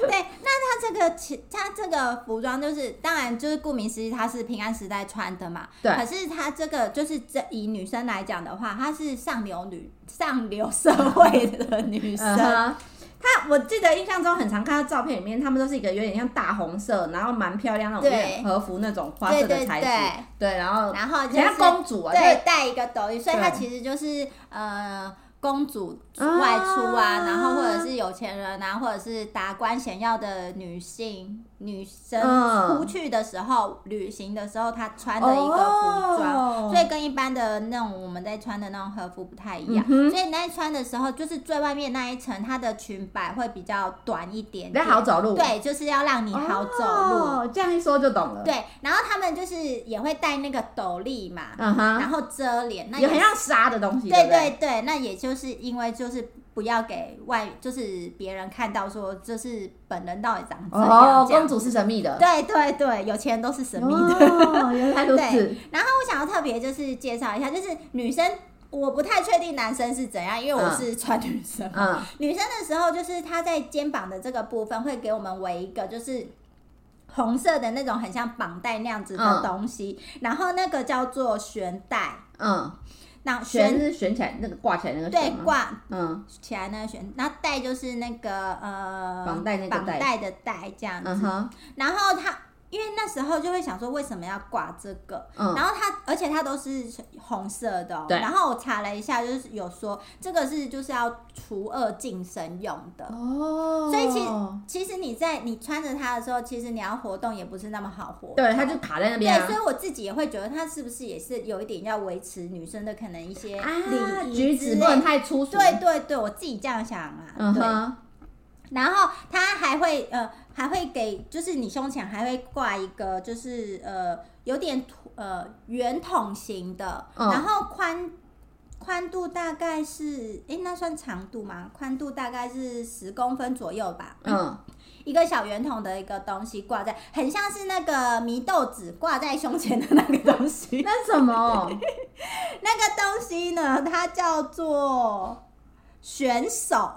[SPEAKER 2] 对，那它这个其它这个服装就是，当然就是顾名思义，它是平安时代穿的嘛。
[SPEAKER 1] 对
[SPEAKER 2] 可是它这个就是这以女生来讲的话，她是上流女上 流社会的女生。
[SPEAKER 1] 嗯哼，他我记得印象中很常看到照片里面，他们都是一个有点像大红色，然后蛮漂亮那种有
[SPEAKER 2] 对
[SPEAKER 1] 点和服那种花色
[SPEAKER 2] 对
[SPEAKER 1] 的
[SPEAKER 2] 对
[SPEAKER 1] 材质，
[SPEAKER 2] 对
[SPEAKER 1] 对，然后
[SPEAKER 2] 然后
[SPEAKER 1] 很
[SPEAKER 2] 就
[SPEAKER 1] 像
[SPEAKER 2] 是
[SPEAKER 1] 公主啊，
[SPEAKER 2] 对带一个斗笠，所以
[SPEAKER 1] 对
[SPEAKER 2] 她其实就是呃。公主
[SPEAKER 1] 啊
[SPEAKER 2] 外出啊，然后或者是有钱人啊，或者是达官显要的女性女生
[SPEAKER 1] 嗯
[SPEAKER 2] 出去的时候、旅行的时候，她穿的一个服装，
[SPEAKER 1] 哦
[SPEAKER 2] 所以跟一般的那种我们在穿的那种和服不太一样，
[SPEAKER 1] 嗯哼
[SPEAKER 2] 所以你在穿的时候，就是最外面那一层，它的裙摆会比较短一点
[SPEAKER 1] 比较
[SPEAKER 2] 点，
[SPEAKER 1] 好走路，，
[SPEAKER 2] 对，就是要让你好走路。
[SPEAKER 1] 哦，这样一说就懂了。，
[SPEAKER 2] 对，然后他们就是也会戴那个斗笠嘛，
[SPEAKER 1] 嗯哼，
[SPEAKER 2] 然后遮脸，那
[SPEAKER 1] 有很
[SPEAKER 2] 啊也
[SPEAKER 1] 像纱的东西，
[SPEAKER 2] 对
[SPEAKER 1] 不
[SPEAKER 2] 对对，那也就是因为就是不要给外，就是别人看到说，就是本人到底长怎样。
[SPEAKER 1] 哦，
[SPEAKER 2] 这样
[SPEAKER 1] 公主是神秘的，
[SPEAKER 2] 对对对，有钱人都是神秘的。
[SPEAKER 1] 哦，原来如此
[SPEAKER 2] 对，然后我想要特别就是介绍一下，就是女生，我不太确定男生是怎样，因为我
[SPEAKER 1] 嗯
[SPEAKER 2] 是穿女生。
[SPEAKER 1] 嗯，
[SPEAKER 2] 女生的时候，就是她在肩膀的这个部分会给我们围一个，就是。红色的那种很像绑带那样子的
[SPEAKER 1] 嗯
[SPEAKER 2] 东西，然后那个叫做悬带，
[SPEAKER 1] 嗯，
[SPEAKER 2] 那
[SPEAKER 1] 悬
[SPEAKER 2] 悬
[SPEAKER 1] 是悬起来那个挂起来那个
[SPEAKER 2] 对
[SPEAKER 1] 悬吗？
[SPEAKER 2] 挂
[SPEAKER 1] 嗯
[SPEAKER 2] 起来那个悬，那带就是那个呃
[SPEAKER 1] 绑带那个带
[SPEAKER 2] 绑带的带这样子，
[SPEAKER 1] 嗯哼
[SPEAKER 2] 然后他。因为那时候就会想说，为什么要挂这个？
[SPEAKER 1] 嗯
[SPEAKER 2] 然后它，而且它都是红色的、哦。
[SPEAKER 1] 对
[SPEAKER 2] 然后我查了一下，就是有说这个是就是要除恶净身用的。
[SPEAKER 1] 哦
[SPEAKER 2] 所以其其实你在你穿着它的时候，其实你要活动也不是那么好活动。
[SPEAKER 1] 对，它就卡在那边
[SPEAKER 2] 对，
[SPEAKER 1] 啊
[SPEAKER 2] 所以我自己也会觉得它是不是也是有一点要维持女生的可能一些
[SPEAKER 1] 啊，
[SPEAKER 2] 礼仪
[SPEAKER 1] 举
[SPEAKER 2] 之
[SPEAKER 1] 止
[SPEAKER 2] 类
[SPEAKER 1] 不能太粗俗。
[SPEAKER 2] 对对对，我自己这样想啊。
[SPEAKER 1] 嗯
[SPEAKER 2] 对，
[SPEAKER 1] 哼，
[SPEAKER 2] 然后它还会呃还会给，就是你胸前还会挂一个，就是呃有点凸呃圆筒形的，
[SPEAKER 1] 嗯
[SPEAKER 2] 然后宽。宽度大概是，诶，那算长度吗？宽度大概是十公分左右吧。
[SPEAKER 1] 嗯，
[SPEAKER 2] 一个小圆筒的一个东西挂在，很像是那个祢豆子挂在胸前的那个东西。
[SPEAKER 1] 那什么？
[SPEAKER 2] 那个东西呢，它叫做选手，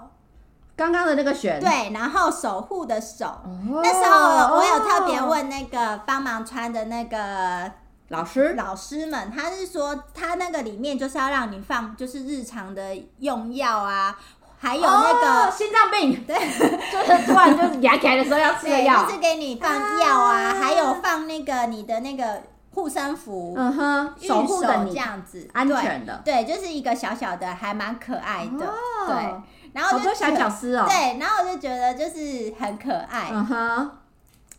[SPEAKER 1] 刚刚的那个悬，，
[SPEAKER 2] 对，然后守护的守。
[SPEAKER 1] 嗯哦、
[SPEAKER 2] 那时候我有特别问那个帮忙穿的那个
[SPEAKER 1] 哦老师，
[SPEAKER 2] 老师们，他是说他那个里面就是要让你放，就是日常的用药啊，还有那个、
[SPEAKER 1] 哦心脏病，
[SPEAKER 2] 对，
[SPEAKER 1] 就是突然就是牙起来的时候要吃的
[SPEAKER 2] 对，
[SPEAKER 1] 药
[SPEAKER 2] 就，是给你放药啊，
[SPEAKER 1] 啊
[SPEAKER 2] 还有放那个你的那个护身符，
[SPEAKER 1] 嗯哼，
[SPEAKER 2] 御
[SPEAKER 1] 守护的
[SPEAKER 2] 这
[SPEAKER 1] 你
[SPEAKER 2] 样子，
[SPEAKER 1] 安全的，
[SPEAKER 2] 对。对，就是一个小小的，还蛮可爱的。
[SPEAKER 1] 哦，
[SPEAKER 2] 对，然后
[SPEAKER 1] 好
[SPEAKER 2] 我就
[SPEAKER 1] 多
[SPEAKER 2] 觉
[SPEAKER 1] 小巧思哦，
[SPEAKER 2] 对，然后我就觉得就是很可爱，
[SPEAKER 1] 嗯哼，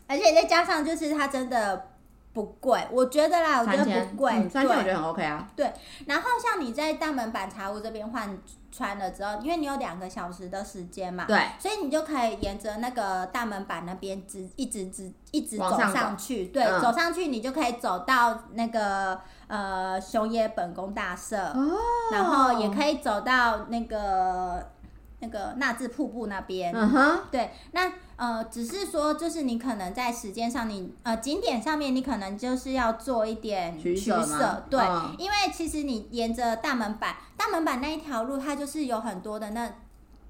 [SPEAKER 2] 而且再加上就是它真的不贵，我觉得啦，我觉
[SPEAKER 1] 三
[SPEAKER 2] 得
[SPEAKER 1] 千，
[SPEAKER 2] 不贵，
[SPEAKER 1] 嗯三千我觉
[SPEAKER 2] 对。
[SPEAKER 1] 得很 OK 啊，
[SPEAKER 2] 然后像你在大门板茶屋这边换穿了之后，因为你有两个小时的时间嘛，
[SPEAKER 1] 对，
[SPEAKER 2] 所以你就可以沿着那个大门板那边直一直直一直走
[SPEAKER 1] 往上走
[SPEAKER 2] 上去，对，
[SPEAKER 1] 嗯
[SPEAKER 2] 走上去你就可以走到那个呃熊野本宫大社，
[SPEAKER 1] 哦
[SPEAKER 2] 然后也可以走到那个那个纳智瀑布那边。
[SPEAKER 1] 嗯哼，
[SPEAKER 2] 对，那呃，只是说，就是你可能在时间上你，呃景点上面，你可能就是要做一点
[SPEAKER 1] 取
[SPEAKER 2] 舍
[SPEAKER 1] 舍
[SPEAKER 2] 嘛，
[SPEAKER 1] 吗
[SPEAKER 2] 对，
[SPEAKER 1] 嗯
[SPEAKER 2] 因为其实你沿着大门板，大门板那一条路，它就是有很多的那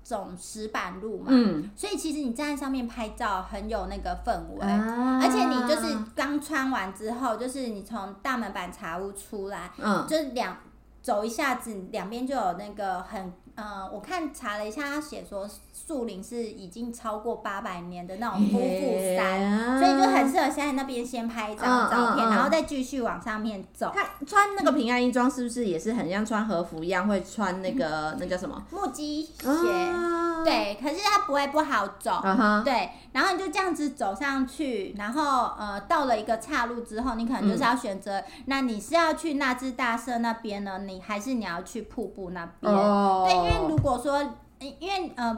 [SPEAKER 2] 种石板路嘛，
[SPEAKER 1] 嗯，
[SPEAKER 2] 所以其实你站在上面拍照很有那个氛围。
[SPEAKER 1] 啊
[SPEAKER 2] 而且你就是刚穿完之后，就是你从大门板茶屋出来，
[SPEAKER 1] 嗯
[SPEAKER 2] 就是两走一下子，两边就有那个很呃，我看查了一下，他写说树林是已经超过八百年的那种夫妇山，
[SPEAKER 1] 山
[SPEAKER 2] 所以就很适合先在那边先拍一张
[SPEAKER 1] 嗯
[SPEAKER 2] 照片，
[SPEAKER 1] 嗯嗯
[SPEAKER 2] 然后再继续往上面走。
[SPEAKER 1] 他穿那个平安衣装是不是也是很像穿和服一样，会穿那个那叫什么
[SPEAKER 2] 木屐嗯鞋，
[SPEAKER 1] 啊，
[SPEAKER 2] 对，可是它不会不好走。
[SPEAKER 1] 嗯哼，
[SPEAKER 2] 对，然后你就这样子走上去，然后呃，到了一个岔路之后，你可能就是要选择，那你是要去那智大社那边呢，你还是你要去瀑布那边？
[SPEAKER 1] 哦，
[SPEAKER 2] 对，因为如果说，呃因为呃，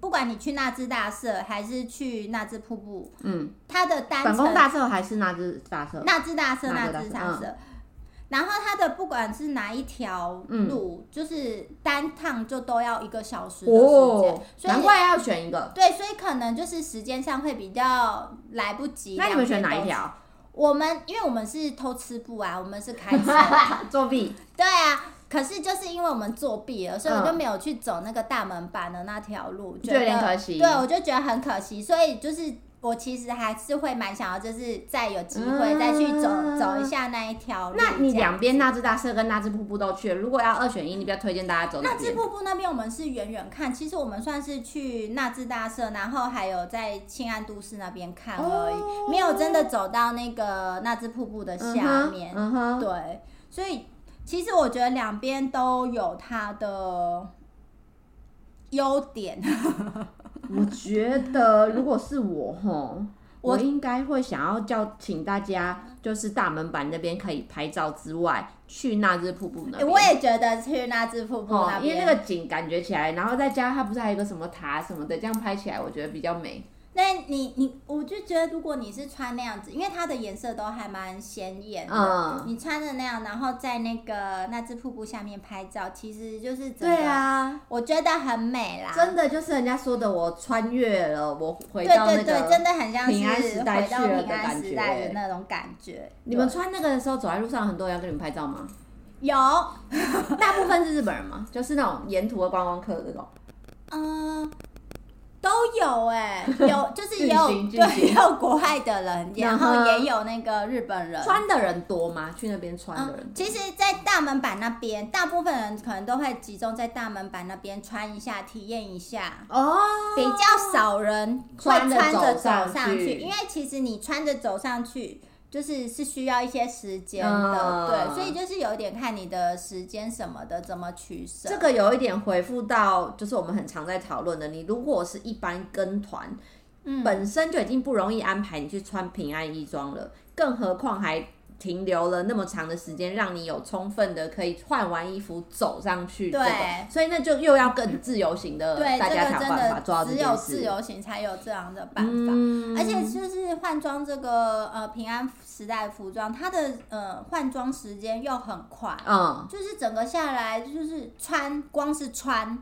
[SPEAKER 2] 不管你去那只大社还是去那只瀑布，
[SPEAKER 1] 嗯，
[SPEAKER 2] 它的单
[SPEAKER 1] 本
[SPEAKER 2] 程
[SPEAKER 1] 宫大社还是那只大社，
[SPEAKER 2] 那只大社、
[SPEAKER 1] 那
[SPEAKER 2] 那
[SPEAKER 1] 只嗯大社
[SPEAKER 2] 只
[SPEAKER 1] 嗯
[SPEAKER 2] 大社，然后它的不管是哪一条
[SPEAKER 1] 嗯
[SPEAKER 2] 路，就是单趟就都要一个小时的时间，
[SPEAKER 1] 哦，
[SPEAKER 2] 所以
[SPEAKER 1] 难怪要选一个。
[SPEAKER 2] 对，所以可能就是时间上会比较来不及。
[SPEAKER 1] 那你们选哪一
[SPEAKER 2] 两边都？
[SPEAKER 1] 条？
[SPEAKER 2] 我们因为我们是偷吃步啊，我们是开车。
[SPEAKER 1] 作弊
[SPEAKER 2] 对啊，可是就是因为我们作弊了，所以我就
[SPEAKER 1] 嗯
[SPEAKER 2] 没有去走那个大门板的那条路，
[SPEAKER 1] 就有点可惜。
[SPEAKER 2] 对，我就觉得很可惜，所以就是我其实还是会蛮想要，就是再有机会再去走、
[SPEAKER 1] 嗯
[SPEAKER 2] 走一下那一条路这样。
[SPEAKER 1] 那你两边那只大社跟那只瀑布都去了，如果要二选一，你比较推荐大家走哪
[SPEAKER 2] 那智
[SPEAKER 1] 边？
[SPEAKER 2] 瀑布那边我们是远远看，其实我们算是去纳智大社，然后还有在庆安都市那边看而已，
[SPEAKER 1] 哦
[SPEAKER 2] 没有真的走到那个纳智瀑布的下面。
[SPEAKER 1] 嗯哼，嗯哼
[SPEAKER 2] 对，所以其实我觉得两边都有它的优点。
[SPEAKER 1] 我觉得如果是我吼，
[SPEAKER 2] 我
[SPEAKER 1] 我应该会想要叫请大家，就是大门板那边可以拍照之外，去那只瀑布那
[SPEAKER 2] 欸
[SPEAKER 1] 边。
[SPEAKER 2] 我也觉得去纳智瀑布
[SPEAKER 1] 哦
[SPEAKER 2] 那，
[SPEAKER 1] 因为
[SPEAKER 2] 边，
[SPEAKER 1] 那个景感觉起来，然后再加上它不是还有一个什么塔什么的，这样拍起来我觉得比较美。
[SPEAKER 2] 那你你，我就觉得如果你是穿那样子，因为它的颜色都还蛮鲜艳的。
[SPEAKER 1] 嗯，
[SPEAKER 2] 你穿的那样，然后在那个那只瀑布下面拍照，其实就是整
[SPEAKER 1] 对
[SPEAKER 2] 个，
[SPEAKER 1] 啊，
[SPEAKER 2] 我觉得很美啦。
[SPEAKER 1] 真的就是人家说的，我穿越了，我回
[SPEAKER 2] 对
[SPEAKER 1] 到那
[SPEAKER 2] 对
[SPEAKER 1] 个
[SPEAKER 2] 对，真的很像
[SPEAKER 1] 平安
[SPEAKER 2] 是
[SPEAKER 1] 时
[SPEAKER 2] 回
[SPEAKER 1] 代
[SPEAKER 2] 到
[SPEAKER 1] 去了
[SPEAKER 2] 平
[SPEAKER 1] 的
[SPEAKER 2] 安
[SPEAKER 1] 感
[SPEAKER 2] 时代的
[SPEAKER 1] 觉
[SPEAKER 2] 那种感觉。
[SPEAKER 1] 你们
[SPEAKER 2] 对
[SPEAKER 1] 穿那个的时候走在路上，很多人要跟你们拍照 吗？
[SPEAKER 2] 有
[SPEAKER 1] 大部分是日本人吗？就是那种沿途的观光客这种。
[SPEAKER 2] 嗯，都有哎、有就是也有
[SPEAKER 1] 巨星巨
[SPEAKER 2] 对
[SPEAKER 1] 星
[SPEAKER 2] 也有国外的人，然
[SPEAKER 1] 然
[SPEAKER 2] 后
[SPEAKER 1] 后
[SPEAKER 2] 也有那个日本人。
[SPEAKER 1] 穿的人多吗？去那边穿的人
[SPEAKER 2] 嗯，其实，在大门板那边，大部分人可能都会集中在大门板那边穿一下，体验一下。
[SPEAKER 1] 哦，
[SPEAKER 2] 比较少人会
[SPEAKER 1] 穿
[SPEAKER 2] 穿
[SPEAKER 1] 着
[SPEAKER 2] 着
[SPEAKER 1] 走
[SPEAKER 2] 走
[SPEAKER 1] 上
[SPEAKER 2] 上
[SPEAKER 1] 去
[SPEAKER 2] 去，因为其实你穿着走上去，就是是需要一些时间的，
[SPEAKER 1] 嗯
[SPEAKER 2] 对，所以就是有点看你的时间什么的怎么取舍。
[SPEAKER 1] 这个有一点回复到，就是我们很常在讨论的。你如果是一般跟团，
[SPEAKER 2] 嗯
[SPEAKER 1] 本身就已经不容易安排你去穿平安衣装了，更何况还停留了那么长的时间，让你有充分的可以换完衣服走上去、这
[SPEAKER 2] 对
[SPEAKER 1] 个。所以那就又要更自由行的，
[SPEAKER 2] 对，
[SPEAKER 1] 大
[SPEAKER 2] 这
[SPEAKER 1] 家
[SPEAKER 2] 个
[SPEAKER 1] 才有
[SPEAKER 2] 真
[SPEAKER 1] 办法抓到
[SPEAKER 2] 的
[SPEAKER 1] 这
[SPEAKER 2] 只
[SPEAKER 1] 件
[SPEAKER 2] 有
[SPEAKER 1] 事
[SPEAKER 2] 自。由行才有这样的办法。
[SPEAKER 1] 嗯
[SPEAKER 2] 而且就是换装这个呃平安时代服装，它的呃换装时间又很快，
[SPEAKER 1] 嗯，
[SPEAKER 2] 就是整个下来就是穿，光是穿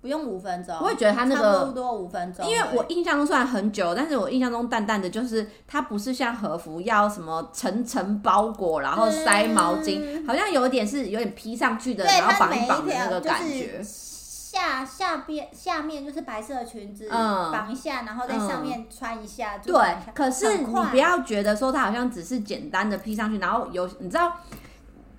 [SPEAKER 2] 不用五分钟，
[SPEAKER 1] 我也觉得它那
[SPEAKER 2] 差
[SPEAKER 1] 个
[SPEAKER 2] 不多五分钟而
[SPEAKER 1] 因
[SPEAKER 2] 已，
[SPEAKER 1] 为我印象中虽然很久，但是我印象中淡淡的就是它不是像和服要什么层层包裹，然后塞毛巾，好像有点是有点披上去的，
[SPEAKER 2] 对
[SPEAKER 1] 然后
[SPEAKER 2] 它
[SPEAKER 1] 绑
[SPEAKER 2] 每
[SPEAKER 1] 一
[SPEAKER 2] 一
[SPEAKER 1] 绑的那
[SPEAKER 2] 条
[SPEAKER 1] 个
[SPEAKER 2] 就
[SPEAKER 1] 感
[SPEAKER 2] 是
[SPEAKER 1] 觉。
[SPEAKER 2] 下下边下面就是白色的裙子
[SPEAKER 1] 嗯
[SPEAKER 2] 绑、一下，然后在
[SPEAKER 1] 嗯
[SPEAKER 2] 上面穿一下。就
[SPEAKER 1] 对
[SPEAKER 2] 绑一下，
[SPEAKER 1] 可是
[SPEAKER 2] 很
[SPEAKER 1] 你
[SPEAKER 2] 快
[SPEAKER 1] 不要觉得说它好像只是简单的披上去，然后有你知道。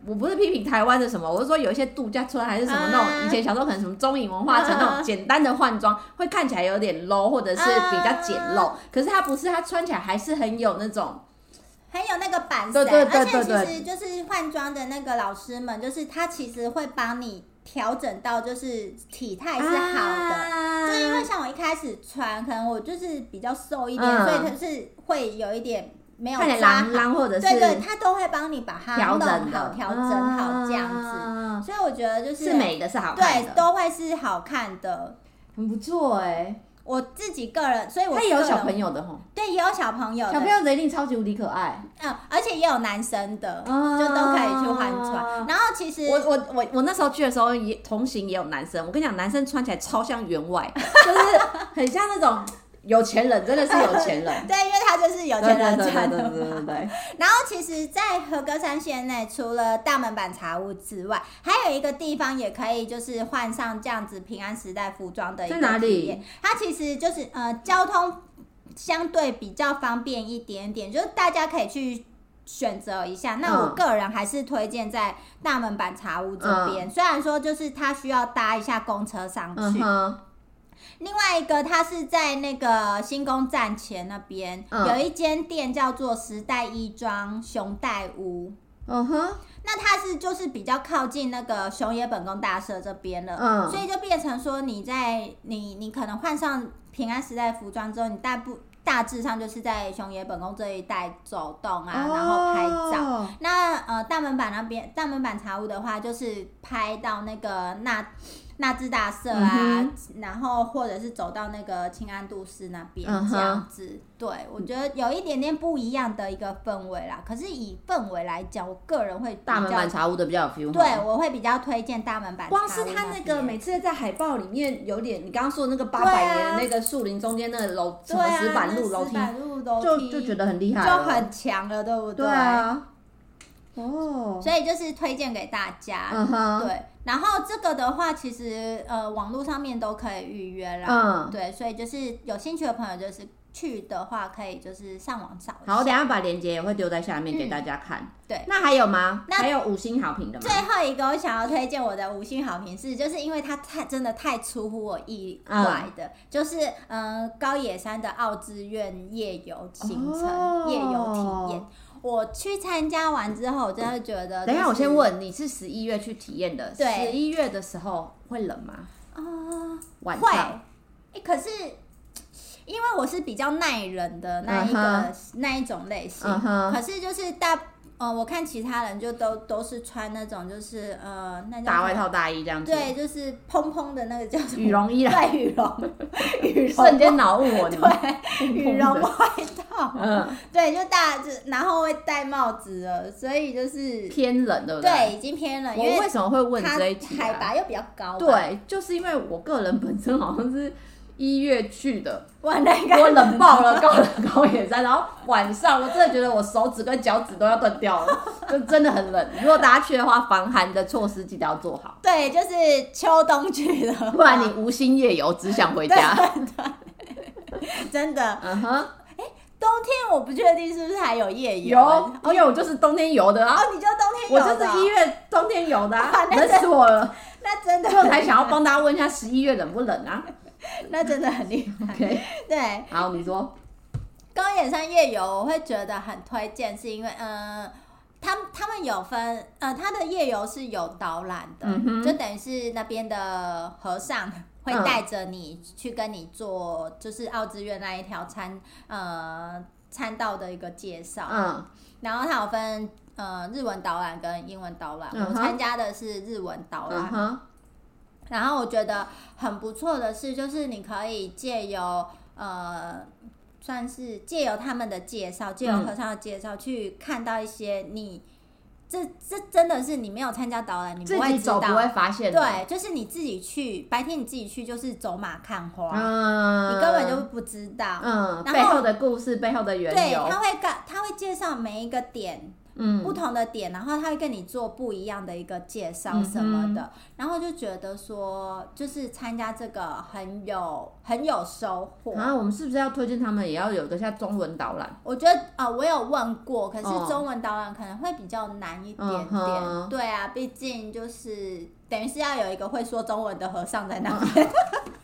[SPEAKER 1] 我不是批评台湾的什么，我是说有一些度假村还是什么那
[SPEAKER 2] 啊
[SPEAKER 1] 种，以前小时候可能什么中影文化城那
[SPEAKER 2] 啊
[SPEAKER 1] 种简单的换装，会看起来有点 low 或者是比较简陋，
[SPEAKER 2] 啊
[SPEAKER 1] 可是它不是，它穿起来还是很有那种
[SPEAKER 2] 很有那个版
[SPEAKER 1] 对
[SPEAKER 2] 神，
[SPEAKER 1] 对对对
[SPEAKER 2] 而且其实就是换装的那个老师们，就是他其实会帮你调整到就是体态是好的。
[SPEAKER 1] 啊
[SPEAKER 2] 就是因为像我一开始穿，可能我就是比较瘦一点，
[SPEAKER 1] 嗯
[SPEAKER 2] 所以就是会有一点没有
[SPEAKER 1] 看起来
[SPEAKER 2] 抓
[SPEAKER 1] 狼
[SPEAKER 2] 好。
[SPEAKER 1] 狼或者是
[SPEAKER 2] 对对，他都会帮你把它
[SPEAKER 1] 调
[SPEAKER 2] 弄
[SPEAKER 1] 整
[SPEAKER 2] 好、
[SPEAKER 1] 的
[SPEAKER 2] 调整好这样子。
[SPEAKER 1] 啊
[SPEAKER 2] 所以我觉得就是
[SPEAKER 1] 是美的，是好看
[SPEAKER 2] 对
[SPEAKER 1] 的，
[SPEAKER 2] 都会是好看的。
[SPEAKER 1] 很不错哎。
[SPEAKER 2] 我自己个人，所以我
[SPEAKER 1] 他也有
[SPEAKER 2] 个人
[SPEAKER 1] 小朋友的吼，
[SPEAKER 2] 对，也有小朋友的，
[SPEAKER 1] 小朋友的一定超级无敌可爱。
[SPEAKER 2] 嗯，而且也有男生的，
[SPEAKER 1] 啊
[SPEAKER 2] 就都可以去换穿。然后其实
[SPEAKER 1] 哦我我我我那时候去的时候也同行也有男生，我跟你讲，男生穿起来超像员外，就是很像那种有钱人，真的是有钱人。
[SPEAKER 2] 对，因为他就是有钱人穿的
[SPEAKER 1] 对对对对
[SPEAKER 2] 嘛。
[SPEAKER 1] 对
[SPEAKER 2] 然后其实，在和歌山县内，除了大门板茶屋之外，还有一个地方也可以就是换上这样子平安时代服装的一
[SPEAKER 1] 在
[SPEAKER 2] 个
[SPEAKER 1] 哪里
[SPEAKER 2] 体验？它其实就是呃交通相对比较方便一点点，就是大家可以去。选择一下，那
[SPEAKER 1] 嗯
[SPEAKER 2] 我个人还是推荐在大门板茶屋这边。虽然说就是它需要搭一下公车上去，
[SPEAKER 1] 嗯哼，
[SPEAKER 2] 另外一个，它是在那个新宫站前那边、
[SPEAKER 1] 嗯
[SPEAKER 2] 有一间店叫做时代衣装熊代屋，
[SPEAKER 1] 嗯哼，
[SPEAKER 2] 那它是就是比较靠近那个熊野本宫大社这边了，
[SPEAKER 1] 嗯
[SPEAKER 2] 所以就变成说你在你你可能换上平安时代服装之后，你大部大致上就是在熊野本宫这一带走动啊，
[SPEAKER 1] 哦
[SPEAKER 2] 然后拍照。
[SPEAKER 1] 照。
[SPEAKER 2] 那呃，大门板那边，大门板茶屋的话，就是拍到那个那那智大社啊，
[SPEAKER 1] 嗯
[SPEAKER 2] 然后或者是走到那个清安度市那边
[SPEAKER 1] 嗯哼
[SPEAKER 2] 这样子。对，我觉得有一点点不一样的一个氛围啦。可是以氛围来讲，我个人会比
[SPEAKER 1] 大门板
[SPEAKER 2] 较，
[SPEAKER 1] 茶屋的比较有 feel，
[SPEAKER 2] 对我会比较推荐大门板茶屋
[SPEAKER 1] 光
[SPEAKER 2] 边。
[SPEAKER 1] 是他那个每次在海报里面有点，你刚刚说的那个八
[SPEAKER 2] 对啊
[SPEAKER 1] 百年的那个树林中间那个楼什
[SPEAKER 2] 对
[SPEAKER 1] 么
[SPEAKER 2] 啊，
[SPEAKER 1] 石板路
[SPEAKER 2] 那
[SPEAKER 1] 楼
[SPEAKER 2] 石
[SPEAKER 1] 梯，
[SPEAKER 2] 板路楼
[SPEAKER 1] 就
[SPEAKER 2] 梯
[SPEAKER 1] 就觉得很厉害了，
[SPEAKER 2] 就很强了，对不
[SPEAKER 1] 对啊，哦，
[SPEAKER 2] 所以就是推荐给大家。
[SPEAKER 1] 嗯哼，
[SPEAKER 2] 对，然后这个的话，其实呃，网络上面都可以预约啦。
[SPEAKER 1] 嗯，
[SPEAKER 2] 对，所以就是有兴趣的朋友，就是去的话，可以就是上网找一下。
[SPEAKER 1] 好，我等一下把链接也会丢在下面给大家看。
[SPEAKER 2] 对
[SPEAKER 1] 那还有吗？
[SPEAKER 2] 那
[SPEAKER 1] 还有五星好评的
[SPEAKER 2] 最
[SPEAKER 1] 吗？
[SPEAKER 2] 后一个我想要推荐我的五星好评是，就是因为它太真的太出乎我意外的，就是嗯高野山的奥之院夜游行程、
[SPEAKER 1] 哦
[SPEAKER 2] 夜游体验。我去参加完之后，我真的觉得、
[SPEAKER 1] 等一下，我先。问，你是十一月去体验的？
[SPEAKER 2] 对
[SPEAKER 1] 十一月的时候会冷吗？
[SPEAKER 2] 啊、
[SPEAKER 1] 晚
[SPEAKER 2] 会，
[SPEAKER 1] 上
[SPEAKER 2] 哎、可是因为我是比较耐人的那一个、
[SPEAKER 1] 嗯
[SPEAKER 2] 那一种类型
[SPEAKER 1] 嗯哼
[SPEAKER 2] 可是就是大呃，我看其他人就都都是穿那种就是呃，那叫
[SPEAKER 1] 大外
[SPEAKER 2] 什么，
[SPEAKER 1] 套、大衣这样子，
[SPEAKER 2] 对，就是蓬蓬的那个叫什么
[SPEAKER 1] 羽绒衣啦，
[SPEAKER 2] 对，羽绒，羽绒，
[SPEAKER 1] 瞬间脑雾我，你们
[SPEAKER 2] 对，羽绒外套，
[SPEAKER 1] 嗯，
[SPEAKER 2] 对，就大就然后会戴帽子了，所以就是
[SPEAKER 1] 偏冷对不
[SPEAKER 2] 对，已经偏了，因
[SPEAKER 1] 我为什么会问
[SPEAKER 2] 它
[SPEAKER 1] 这一题、啊？
[SPEAKER 2] 海拔又比较高，，
[SPEAKER 1] 对，就是因为我个人本身好像是一月去的，
[SPEAKER 2] 哇，那个
[SPEAKER 1] 我 冷爆了高高野山，然后晚上我真的觉得我手指跟脚趾都要断掉了， 就真的很冷。如果大家去的话，防寒的措施记得要做 好，
[SPEAKER 2] 对，就是秋冬去的话，
[SPEAKER 1] 不然你无心夜游，只想回家。
[SPEAKER 2] 真的。
[SPEAKER 1] 嗯哼，
[SPEAKER 2] 冬天我不确定是不是还有夜游
[SPEAKER 1] 有
[SPEAKER 2] 欸，哦，，
[SPEAKER 1] 因为我就是冬天游的啊，
[SPEAKER 2] 你就冬
[SPEAKER 1] 我
[SPEAKER 2] 天游
[SPEAKER 1] 就
[SPEAKER 2] 的
[SPEAKER 1] 是一
[SPEAKER 2] 哦，
[SPEAKER 1] 月冬天游 的、啊
[SPEAKER 2] 哇，那
[SPEAKER 1] 冷死我了。
[SPEAKER 2] 那真的
[SPEAKER 1] 所以我才想要帮大家问一下十一月冷不冷啊
[SPEAKER 2] 那真的很厉害。
[SPEAKER 1] ？OK，
[SPEAKER 2] 对，
[SPEAKER 1] 好，你说，
[SPEAKER 2] 高野山夜游我会觉得很推荐，是因为嗯。呃他他们有分，呃，他的夜游是有导览的，
[SPEAKER 1] 嗯哼
[SPEAKER 2] 就等于是那边的和尚会
[SPEAKER 1] 嗯
[SPEAKER 2] 带着你去跟你做，就是奥之院那一条参呃参道的一个介绍。
[SPEAKER 1] 嗯
[SPEAKER 2] 然后它有分呃日文导览跟英文导览，
[SPEAKER 1] 嗯哼
[SPEAKER 2] 我参加的是日文导览
[SPEAKER 1] 嗯。哼，
[SPEAKER 2] 然后我觉得很不错的是，就是你可以借由呃，算是借由他们的介绍，借
[SPEAKER 1] 嗯
[SPEAKER 2] 由和尚的介绍、去看到一些你这这真的是你没有参加导览，你
[SPEAKER 1] 自
[SPEAKER 2] 不会
[SPEAKER 1] 己
[SPEAKER 2] 知
[SPEAKER 1] 走
[SPEAKER 2] 道。
[SPEAKER 1] 不会发现的，
[SPEAKER 2] 对，就是你自己去，白天你自己去就是走马看花，
[SPEAKER 1] 嗯，
[SPEAKER 2] 你根本就不知道。
[SPEAKER 1] 嗯，
[SPEAKER 2] 然后
[SPEAKER 1] 背后的故事，背后的缘
[SPEAKER 2] 对，
[SPEAKER 1] 由，
[SPEAKER 2] 他会告，他会介绍每一个点
[SPEAKER 1] 嗯
[SPEAKER 2] 不同的点，然后他会跟你做不一样的一个介
[SPEAKER 1] 嗯
[SPEAKER 2] 绍什么的，然后就觉得说，就是参加这个很有很有收获。
[SPEAKER 1] 啊，我们是不是要推荐他们也要有个像中文导览？
[SPEAKER 2] 我觉得呃，我有问过，可是
[SPEAKER 1] 哦
[SPEAKER 2] 中文导览可能会比较难一
[SPEAKER 1] 嗯
[SPEAKER 2] 点点。
[SPEAKER 1] 哼
[SPEAKER 2] 对啊，毕竟就是等于是要有一个会说中文的和尚在那边，
[SPEAKER 1] 啊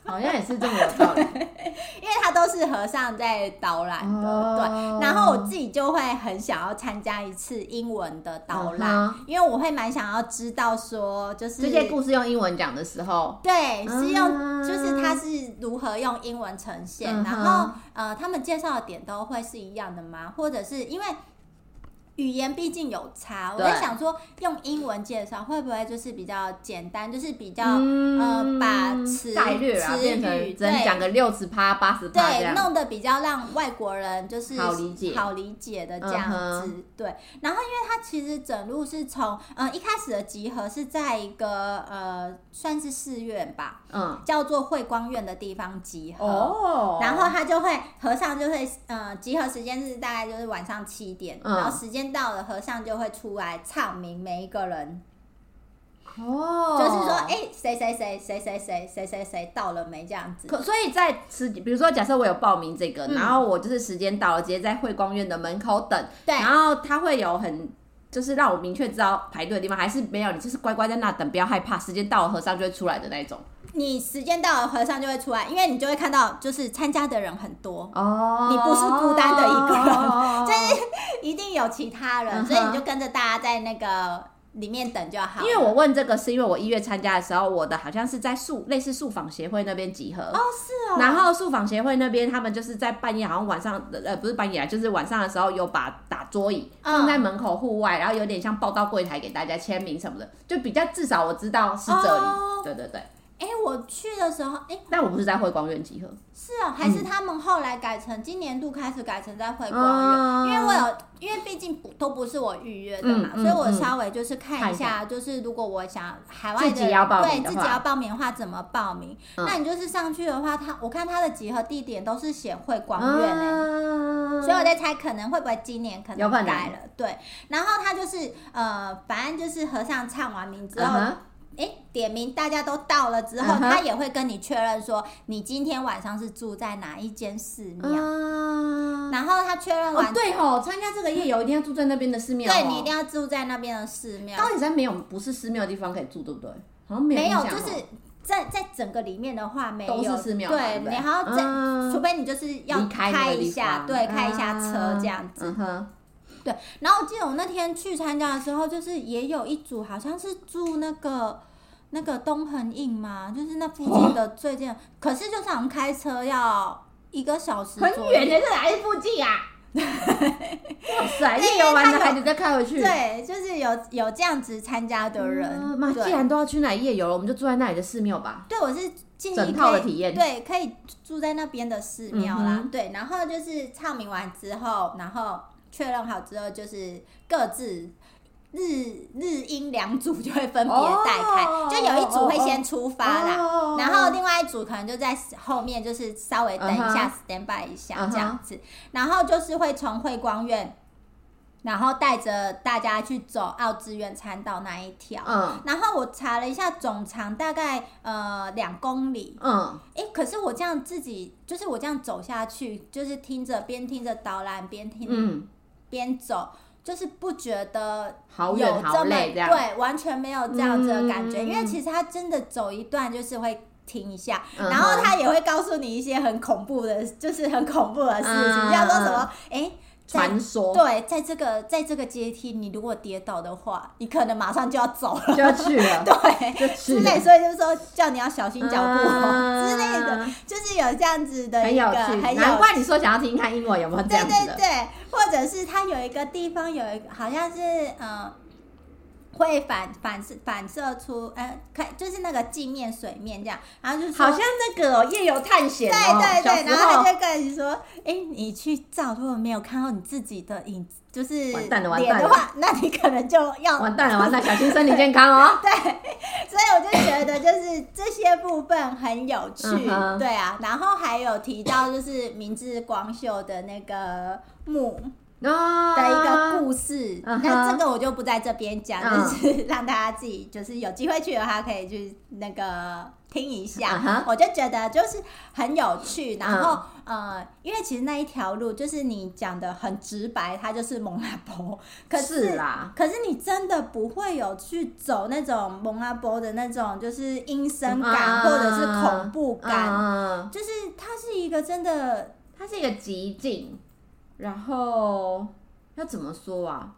[SPEAKER 1] 好像也是这么有道理。
[SPEAKER 2] 因为他都是和尚在导览的。对，
[SPEAKER 1] 哦
[SPEAKER 2] 然后我自己就会很想要参加一次英文的导览，
[SPEAKER 1] 嗯
[SPEAKER 2] 因为我会蛮想要知道说，就是
[SPEAKER 1] 这些故事用英文讲的时候，
[SPEAKER 2] 对，是用、
[SPEAKER 1] 啊
[SPEAKER 2] 就是它是如何用英文呈现，
[SPEAKER 1] 嗯哼
[SPEAKER 2] 然后呃，他们介绍的点都会是一样的吗？或者是因为语言毕竟有差，我
[SPEAKER 1] 对
[SPEAKER 2] 在想说用英文介绍会不会就是比较简单，就是比较、
[SPEAKER 1] 嗯
[SPEAKER 2] 呃把词
[SPEAKER 1] 概略啊
[SPEAKER 2] 词
[SPEAKER 1] 变成
[SPEAKER 2] 语
[SPEAKER 1] 只能
[SPEAKER 2] 对
[SPEAKER 1] 讲个六十趴、八十趴这
[SPEAKER 2] 对，
[SPEAKER 1] 样。
[SPEAKER 2] 弄得比较让外国人就是
[SPEAKER 1] 好理解
[SPEAKER 2] 好理解的这样
[SPEAKER 1] 嗯
[SPEAKER 2] 子。对，然后因为它其实整路是从呃一开始的集合是在一个呃算是寺院吧，
[SPEAKER 1] 嗯，
[SPEAKER 2] 叫做慧光院的地方集合。
[SPEAKER 1] 哦
[SPEAKER 2] 然后他就会和尚就会呃集合时间是大概就是晚上七点，
[SPEAKER 1] 嗯
[SPEAKER 2] 然后时间到了，和尚就会出来唱名每一个人，
[SPEAKER 1] 哦，
[SPEAKER 2] 就是说哎谁谁谁谁谁谁谁谁谁到了没这样子。
[SPEAKER 1] 可所以在时，比如说假设我有报名这个，
[SPEAKER 2] 嗯
[SPEAKER 1] 然后我就是时间到了，直接在慧光院的门口等，
[SPEAKER 2] 对
[SPEAKER 1] 然后他会有很。就是让我明确知道排队的地方，还是没有？你就是乖乖在那等，不要害怕，时间到了和尚就会出来的那一种。
[SPEAKER 2] 你时间到了，和尚就会出来，因为你就会看到就是参加的人很多，
[SPEAKER 1] 哦，
[SPEAKER 2] 你不是孤单的一个人
[SPEAKER 1] 人，就是
[SPEAKER 2] 一定有其他人，
[SPEAKER 1] 哦嗯哼
[SPEAKER 2] 所以你就跟着大家在那个里面等就好了。哦
[SPEAKER 1] 因为我问这个是因为我一月参加的时候，我的好像是在树类似树访协会那边集合。
[SPEAKER 2] 哦是哦，
[SPEAKER 1] 然后树访协会那边，他们就是在半夜，好像晚上，呃，不是半夜啊，就是晚上的时候有把打桌椅
[SPEAKER 2] 嗯
[SPEAKER 1] 放在门口户外，然后有点像报到柜台给大家签名什么的，就比较至少我知道是这里。
[SPEAKER 2] 哦
[SPEAKER 1] 对对对，
[SPEAKER 2] 哎、我去的时候，哎、
[SPEAKER 1] 但我不是在慧光院集合，
[SPEAKER 2] 是啊，还是他们后来改成、今年度开始改成在会光
[SPEAKER 1] 嗯
[SPEAKER 2] 院，哦因为我有，因为毕竟不都不是我预约的嘛，
[SPEAKER 1] 嗯嗯
[SPEAKER 2] 所以我稍微就是看
[SPEAKER 1] 看
[SPEAKER 2] 一
[SPEAKER 1] 一下
[SPEAKER 2] 下，就是如果我想海外的
[SPEAKER 1] 自己要报名
[SPEAKER 2] 对
[SPEAKER 1] 的
[SPEAKER 2] 自
[SPEAKER 1] 话
[SPEAKER 2] 己要报名的话怎么报名？
[SPEAKER 1] 嗯
[SPEAKER 2] 那你就是上去的话，他我看他的集合地点都是写会光
[SPEAKER 1] 嗯
[SPEAKER 2] 院欸
[SPEAKER 1] 啊
[SPEAKER 2] 所以我在猜，可能会不会今年可
[SPEAKER 1] 有
[SPEAKER 2] 能
[SPEAKER 1] 可能
[SPEAKER 2] 改了？对，然后他就是呃，反正就是和尚唱完名之
[SPEAKER 1] 嗯
[SPEAKER 2] 后，
[SPEAKER 1] 哼
[SPEAKER 2] 哎、点名大家都到了之后
[SPEAKER 1] 嗯哼
[SPEAKER 2] 他也会跟你确认说你今天晚上是住在哪一间寺庙。
[SPEAKER 1] 嗯啊，
[SPEAKER 2] 然后他确认
[SPEAKER 1] 哦
[SPEAKER 2] 完，
[SPEAKER 1] 对吼，参加这个夜游一定要住在那边的寺庙、哦，
[SPEAKER 2] 对你一定要住在那边的寺庙。
[SPEAKER 1] 高铁山没有不是寺庙的地方可以住，对不对？好像没有
[SPEAKER 2] 没
[SPEAKER 1] 印
[SPEAKER 2] 有，
[SPEAKER 1] 象哦，
[SPEAKER 2] 就是在在整个里面的话没有，
[SPEAKER 1] 都是寺庙嘛
[SPEAKER 2] 对，
[SPEAKER 1] 对不对
[SPEAKER 2] 然后在、
[SPEAKER 1] 嗯
[SPEAKER 2] 除非你就是要
[SPEAKER 1] 离开那
[SPEAKER 2] 开
[SPEAKER 1] 个
[SPEAKER 2] 一
[SPEAKER 1] 地
[SPEAKER 2] 下，
[SPEAKER 1] 方
[SPEAKER 2] 对，开一下车这样子。。
[SPEAKER 1] 嗯哼，
[SPEAKER 2] 对，然后我记得我那天去参加的时候，就是也有一组好像是住那个那个东横印嘛，就是那附近的最近，可是就是好像开车要一个小时
[SPEAKER 1] 很
[SPEAKER 2] 左右
[SPEAKER 1] 远的，这哪是附近啊？ 哇塞，
[SPEAKER 2] 对
[SPEAKER 1] 夜游完
[SPEAKER 2] 因
[SPEAKER 1] 了
[SPEAKER 2] 为它有
[SPEAKER 1] 还得再开回去。
[SPEAKER 2] 对，就是有有这样子参加的人，
[SPEAKER 1] 嗯妈，既
[SPEAKER 2] 对。
[SPEAKER 1] 然都要去哪里夜游了，我们就住在那里的寺庙吧。
[SPEAKER 2] 对，我是建议
[SPEAKER 1] 整
[SPEAKER 2] 可
[SPEAKER 1] 套的
[SPEAKER 2] 以
[SPEAKER 1] 体验
[SPEAKER 2] 对，可以住在那边的寺庙
[SPEAKER 1] 嗯
[SPEAKER 2] 啦。
[SPEAKER 1] 哼
[SPEAKER 2] 对，然后就是唱名完之后，然后确认好之后，就是各自日日英两组就会分别带开，
[SPEAKER 1] 哦
[SPEAKER 2] 就有一组会先出发啦。
[SPEAKER 1] 哦
[SPEAKER 2] 然后另外一组可能就在后面，就是稍微等一下、stand by 一下
[SPEAKER 1] 嗯哼
[SPEAKER 2] 这样子。然后就是会从慧光院然后带着大家去走奥志愿参道那一条。
[SPEAKER 1] 嗯
[SPEAKER 2] 然后我查了一下，总长大概呃两公里。
[SPEAKER 1] 嗯，
[SPEAKER 2] 哎，可是我这样自己，就是我这样走下去，就是听着边听着导览边听、
[SPEAKER 1] 嗯，
[SPEAKER 2] 边走，就是不觉得
[SPEAKER 1] 好
[SPEAKER 2] 有
[SPEAKER 1] 远好
[SPEAKER 2] 这么
[SPEAKER 1] 累这样，
[SPEAKER 2] 对，完全没有这样子的感觉，
[SPEAKER 1] 嗯
[SPEAKER 2] 因为其实他真的走一段就是会停一下，
[SPEAKER 1] 嗯哼
[SPEAKER 2] 然后他也会告诉你一些很恐怖的，就是很恐怖的事情，
[SPEAKER 1] 嗯
[SPEAKER 2] 像说什么，哎、在
[SPEAKER 1] 传说
[SPEAKER 2] 对，在这个在这个阶梯，你如果跌倒的话，你可能马上就要走了，
[SPEAKER 1] 就要去了，
[SPEAKER 2] 对，
[SPEAKER 1] 就去
[SPEAKER 2] 之
[SPEAKER 1] 了
[SPEAKER 2] 类，所以就是说叫你要小心脚步、哦
[SPEAKER 1] 嗯
[SPEAKER 2] 之类的，就是有这样子的
[SPEAKER 1] 很
[SPEAKER 2] 一个
[SPEAKER 1] 有
[SPEAKER 2] 很
[SPEAKER 1] 趣，
[SPEAKER 2] 有
[SPEAKER 1] 难怪你说想要听看英文有没有这
[SPEAKER 2] 对
[SPEAKER 1] 样子
[SPEAKER 2] 对
[SPEAKER 1] 的，
[SPEAKER 2] 对，或者是它有一个地方有一个好像是呃，会反反射反射出呃，看就是那个镜面水面这样，然后就说
[SPEAKER 1] 好像那个哦夜游探险
[SPEAKER 2] 对
[SPEAKER 1] 哦，
[SPEAKER 2] 对
[SPEAKER 1] 小
[SPEAKER 2] 对，
[SPEAKER 1] 时
[SPEAKER 2] 然后
[SPEAKER 1] 候
[SPEAKER 2] 他就跟你说，哎，你去照，如果没有看到你自己的影子，就是
[SPEAKER 1] 完
[SPEAKER 2] 脸
[SPEAKER 1] 蛋了完蛋
[SPEAKER 2] 的
[SPEAKER 1] 了
[SPEAKER 2] 话，那你可能就要
[SPEAKER 1] 完蛋了完蛋，小心身体健康哦。
[SPEAKER 2] 对，所以我就觉得就是这些部分很有趣，
[SPEAKER 1] 嗯哼
[SPEAKER 2] 对啊，然后还有提到就是明治光秀的那个墓，
[SPEAKER 1] 啊
[SPEAKER 2] 的一个故事。
[SPEAKER 1] 嗯哼
[SPEAKER 2] 那这个我就不在这边讲，
[SPEAKER 1] 嗯
[SPEAKER 2] 就是让大家自己就是有机会去的话，可以去那个听一下。
[SPEAKER 1] 嗯哼
[SPEAKER 2] 我就觉得就是很有趣，然后、
[SPEAKER 1] 嗯
[SPEAKER 2] 呃，因为其实那一条路就是你讲的很直白，它就是蒙阿波，可是。
[SPEAKER 1] 是啦，
[SPEAKER 2] 可是你真的不会有去走那种蒙阿波的那种，就是阴森感、
[SPEAKER 1] 嗯
[SPEAKER 2] 或者是恐怖感，
[SPEAKER 1] 嗯，
[SPEAKER 2] 就是它是一个真的
[SPEAKER 1] 它是一个极境，然后要怎么说啊？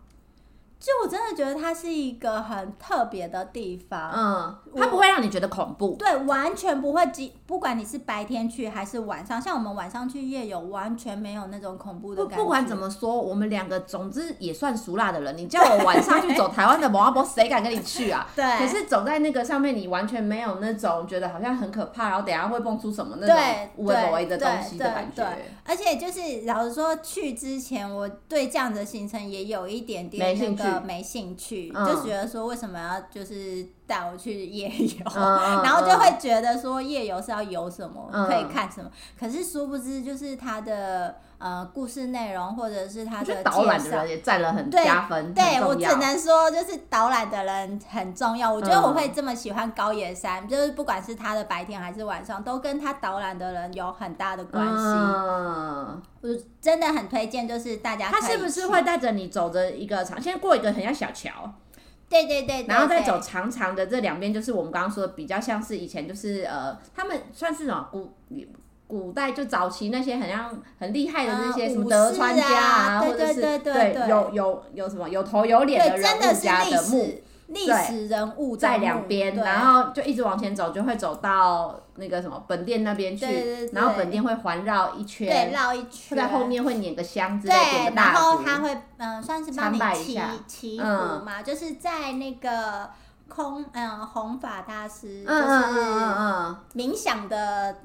[SPEAKER 2] 就我真的觉得它是一个很特别的地方，
[SPEAKER 1] 嗯，
[SPEAKER 2] 啊我
[SPEAKER 1] 它不会让你觉得恐怖，
[SPEAKER 2] 对，完全不会急，不管你是白天去还是晚上，像我们晚上去夜游，完全没有那种恐怖的
[SPEAKER 1] 不
[SPEAKER 2] 感觉。
[SPEAKER 1] 不管怎，么说，我们两个总之也算熟辣的人，你叫我晚上去走台湾的摩阿波，谁敢跟你去啊？
[SPEAKER 2] 对，
[SPEAKER 1] 可是走在那个上面，你完全没有那种觉得好像很可怕，然后等一下会蹦出什么那
[SPEAKER 2] 对
[SPEAKER 1] 种无为
[SPEAKER 2] 对
[SPEAKER 1] 为的东西的感
[SPEAKER 2] 对
[SPEAKER 1] 觉。
[SPEAKER 2] 对而且就是老实说，去之前我对这样的行程也有一点点
[SPEAKER 1] 没
[SPEAKER 2] 那
[SPEAKER 1] 兴
[SPEAKER 2] 个
[SPEAKER 1] 趣
[SPEAKER 2] 没兴趣，
[SPEAKER 1] 嗯
[SPEAKER 2] 就觉得说为什么要就是带我去夜游。
[SPEAKER 1] 嗯
[SPEAKER 2] 然后就会觉得说夜游是要游什么，
[SPEAKER 1] 嗯
[SPEAKER 2] 可以看什么。可是殊不知，就是它的呃故事内容，或者是它
[SPEAKER 1] 我觉
[SPEAKER 2] 的
[SPEAKER 1] 得导览
[SPEAKER 2] 介
[SPEAKER 1] 的
[SPEAKER 2] 绍
[SPEAKER 1] 人，也占了很
[SPEAKER 2] 对
[SPEAKER 1] 加分，
[SPEAKER 2] 对
[SPEAKER 1] 很重
[SPEAKER 2] 我只
[SPEAKER 1] 要
[SPEAKER 2] 能说，就是导览的人很重要。我觉得
[SPEAKER 1] 嗯
[SPEAKER 2] 我会这么喜欢高野山，就是不管是他的白天还是晚上，都跟他导览的人有很大的关系。
[SPEAKER 1] 嗯
[SPEAKER 2] 我真的很推荐，就是大家
[SPEAKER 1] 他
[SPEAKER 2] 可以
[SPEAKER 1] 是不
[SPEAKER 2] 去
[SPEAKER 1] 是会？带着你走着一个长，先过一个很像小桥，
[SPEAKER 2] 对对对对
[SPEAKER 1] 然后再
[SPEAKER 2] 对
[SPEAKER 1] 走长长的这两边，就是我们刚刚说的比较像是以前就是呃，他们算是什么古古代就早期那些很像很厉害的那些
[SPEAKER 2] 嗯
[SPEAKER 1] 什么
[SPEAKER 2] 武
[SPEAKER 1] 德
[SPEAKER 2] 士
[SPEAKER 1] 川家
[SPEAKER 2] 啊
[SPEAKER 1] 或
[SPEAKER 2] 对
[SPEAKER 1] 者
[SPEAKER 2] 对
[SPEAKER 1] 是
[SPEAKER 2] 对对对
[SPEAKER 1] 有有有什么有头有脸的
[SPEAKER 2] 对，
[SPEAKER 1] 人
[SPEAKER 2] 真的
[SPEAKER 1] 物
[SPEAKER 2] 是
[SPEAKER 1] 家
[SPEAKER 2] 历
[SPEAKER 1] 的墓
[SPEAKER 2] 史历史人物
[SPEAKER 1] 在
[SPEAKER 2] 的
[SPEAKER 1] 两
[SPEAKER 2] 墓
[SPEAKER 1] 边，
[SPEAKER 2] 对
[SPEAKER 1] 然后就一直往前走，就会走到那个什么本殿那边去，
[SPEAKER 2] 对对对
[SPEAKER 1] 然后本殿会环绕一
[SPEAKER 2] 对
[SPEAKER 1] 圈，
[SPEAKER 2] 绕一
[SPEAKER 1] 会
[SPEAKER 2] 圈，
[SPEAKER 1] 在后面会捻个香之类，点
[SPEAKER 2] 对，
[SPEAKER 1] 个
[SPEAKER 2] 然
[SPEAKER 1] 大
[SPEAKER 2] 后
[SPEAKER 1] 烛
[SPEAKER 2] 他会嗯、呃算是帮
[SPEAKER 1] 参
[SPEAKER 2] 你
[SPEAKER 1] 拜一
[SPEAKER 2] 祈
[SPEAKER 1] 下
[SPEAKER 2] 祈福
[SPEAKER 1] 嗯
[SPEAKER 2] 嘛，就是在那个空嗯、弘法大师
[SPEAKER 1] 嗯
[SPEAKER 2] 就
[SPEAKER 1] 嗯嗯嗯
[SPEAKER 2] 是
[SPEAKER 1] 嗯
[SPEAKER 2] 冥想的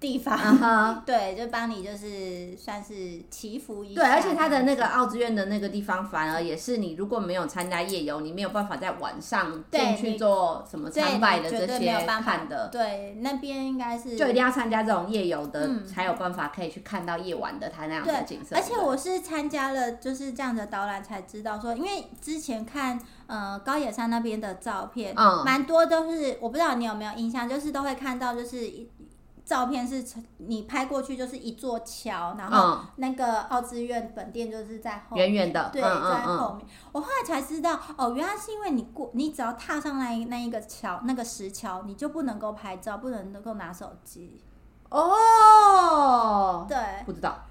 [SPEAKER 2] 地方，
[SPEAKER 1] 嗯哼。
[SPEAKER 2] 对，就帮你就是算是祈福一下
[SPEAKER 1] 对，
[SPEAKER 2] 这样
[SPEAKER 1] 而
[SPEAKER 2] 子。
[SPEAKER 1] 且它的那个奥之院的那个地方，反而也是你如果没有参加夜游，你没有办法在晚上
[SPEAKER 2] 对
[SPEAKER 1] 进去
[SPEAKER 2] 你
[SPEAKER 1] 做什么
[SPEAKER 2] 对
[SPEAKER 1] 参拜的
[SPEAKER 2] 绝
[SPEAKER 1] 这
[SPEAKER 2] 对
[SPEAKER 1] 些
[SPEAKER 2] 没有办法
[SPEAKER 1] 看的，
[SPEAKER 2] 对那边应该是
[SPEAKER 1] 就一定要参加这种夜游的，
[SPEAKER 2] 嗯
[SPEAKER 1] 才有办法可以去看到夜晚的它那样的
[SPEAKER 2] 对
[SPEAKER 1] 景，色。
[SPEAKER 2] 而且我是参加了就是这样的导览才知道说，因为之前看呃高野山那边的照片，
[SPEAKER 1] 嗯
[SPEAKER 2] 蛮多都是我不知道你有没有印象，就是都会看到就是一照片是从你拍过去就是一座桥，然后
[SPEAKER 1] 嗯，
[SPEAKER 2] 那个奥之院本店就是在后
[SPEAKER 1] 远远的，
[SPEAKER 2] 对，
[SPEAKER 1] 嗯
[SPEAKER 2] 在后
[SPEAKER 1] 嗯
[SPEAKER 2] 面。我后来才知道，哦，原来是因为你过，你只要踏上那一那一个桥，那个石桥，你就不能够拍照，不能够拿手机。
[SPEAKER 1] 嗯，哦，
[SPEAKER 2] 对，
[SPEAKER 1] 不知道，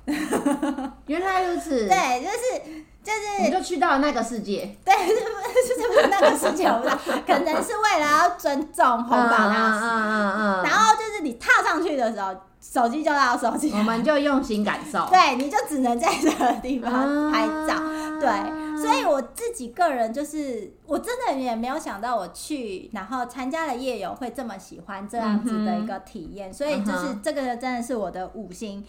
[SPEAKER 1] 原来如此，
[SPEAKER 2] 对，就是就是
[SPEAKER 1] 你就去到了那个世界，
[SPEAKER 2] 对，是不是不是那个事情，我不知道，可能是为了要尊重红宝
[SPEAKER 1] 啊
[SPEAKER 2] 大师。
[SPEAKER 1] 嗯嗯嗯
[SPEAKER 2] 然
[SPEAKER 1] 嗯
[SPEAKER 2] 后就是你踏上去的时候，手机就到手机
[SPEAKER 1] 嗯，我，们就用心感受，
[SPEAKER 2] 对，你就只能在这个地方拍照。
[SPEAKER 1] 哦啊
[SPEAKER 2] 对，所以我自己个人就是，我真的也没有想到我去，然后参加了夜游会这么喜欢这样子的一个体验，所以就是
[SPEAKER 1] 嗯
[SPEAKER 2] 这个真的是我的五星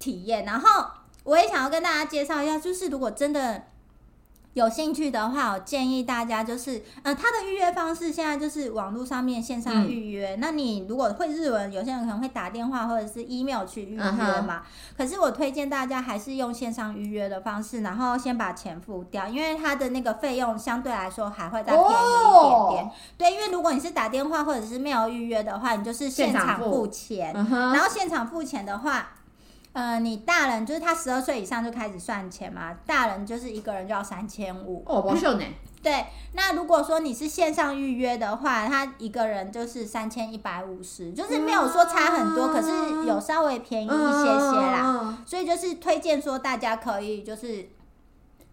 [SPEAKER 2] 体验。然后我也想要跟大家介绍一下，就是如果真的。有兴趣的话，我建议大家就是，呃，它的预约方式现在就是网络上面线
[SPEAKER 1] 嗯
[SPEAKER 2] 上预约。那你如果会日文，有些人可能会打电话或者是 email 去预约
[SPEAKER 1] 嗯哼
[SPEAKER 2] 嘛。可是我推荐大家还是用线上预约的方式，然后先把钱付掉，因为它的那个费用相对来说还会再便宜一点点。
[SPEAKER 1] 哦，
[SPEAKER 2] 对，因为如果你是打电话或者是没有预约的话，你就是现
[SPEAKER 1] 现
[SPEAKER 2] 场
[SPEAKER 1] 场付
[SPEAKER 2] 付钱。
[SPEAKER 1] 嗯哼，
[SPEAKER 2] 然后现场付钱的话，呃，你大人就是他十二岁以上就开始算钱嘛，大人就是一个人就要三千五。
[SPEAKER 1] 哦，不秀呢，
[SPEAKER 2] 对，那如果说你是线上预约的话，他一个人就是三千一百五十，就是没有说差很多，
[SPEAKER 1] 啊
[SPEAKER 2] 可是有稍微便宜一些些啦。
[SPEAKER 1] 嗯，嗯嗯
[SPEAKER 2] 所以就是推荐说大家可以就是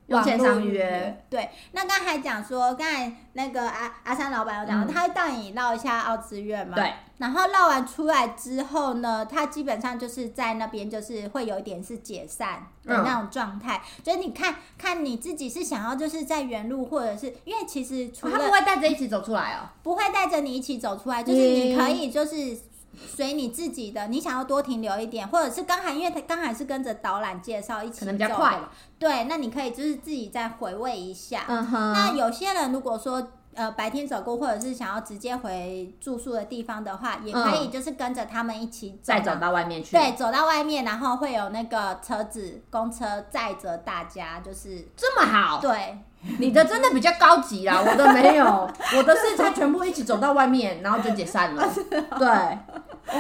[SPEAKER 1] 用线
[SPEAKER 2] 网络
[SPEAKER 1] 上预约，。
[SPEAKER 2] 对，那刚才讲说，刚才那个阿阿三老板有讲，
[SPEAKER 1] 嗯
[SPEAKER 2] 他会带你绕一下奥之院嘛？
[SPEAKER 1] 对。
[SPEAKER 2] 然后绕完出来之后呢，他基本上就是在那边就是会有一点是解散的
[SPEAKER 1] 嗯
[SPEAKER 2] 那种状态，就是你看看你自己是想要就是在原路，或者是因为其实除
[SPEAKER 1] 哦他
[SPEAKER 2] 了
[SPEAKER 1] 不会带着一起走出来哦。
[SPEAKER 2] 不会带着你一起走出来，就是你可
[SPEAKER 1] 嗯
[SPEAKER 2] 以就是随你自己的，你想要多停留一点，或者是刚才因为他刚才是跟着导览介绍一起
[SPEAKER 1] 可能比较
[SPEAKER 2] 走
[SPEAKER 1] 快
[SPEAKER 2] 的嘛，对，那你可以就是自己再回味一下。
[SPEAKER 1] 嗯哼
[SPEAKER 2] 那有些人如果说呃白天走过，或者是想要直接回住宿的地方的话，也可以就是跟着他们一起走
[SPEAKER 1] 再
[SPEAKER 2] 嘛，
[SPEAKER 1] 走到外面去。
[SPEAKER 2] 对，走到外面，然后会有那个车子、公车载着大家，就是
[SPEAKER 1] 这么好，
[SPEAKER 2] 对，
[SPEAKER 1] 你的真的比较高级 啦，我的没有，我的是他全部一起走到外面，然后就解散 了。
[SPEAKER 2] 哦
[SPEAKER 1] 对，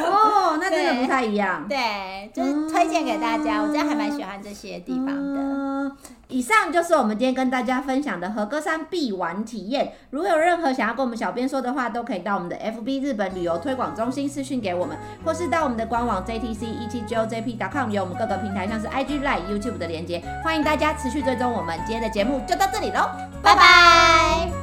[SPEAKER 1] 哦，那真的不太一样。
[SPEAKER 2] 对，就是推荐给大
[SPEAKER 1] 嗯
[SPEAKER 2] 家，我真的还蛮喜欢这些地方的。
[SPEAKER 1] 嗯以上就是我们今天跟大家分享的和歌山必玩体验。如果有任何想要跟我们小编说的话，都可以到我们的 FB 日本旅游推广中心私讯给我们，或是到我们的官网 JTC 一七 JOJP.com 有我们各个平台像是 IG、Line、YouTube 的连接。欢迎大家持续追踪我们。今天的节目就到这里喽，
[SPEAKER 2] 拜拜。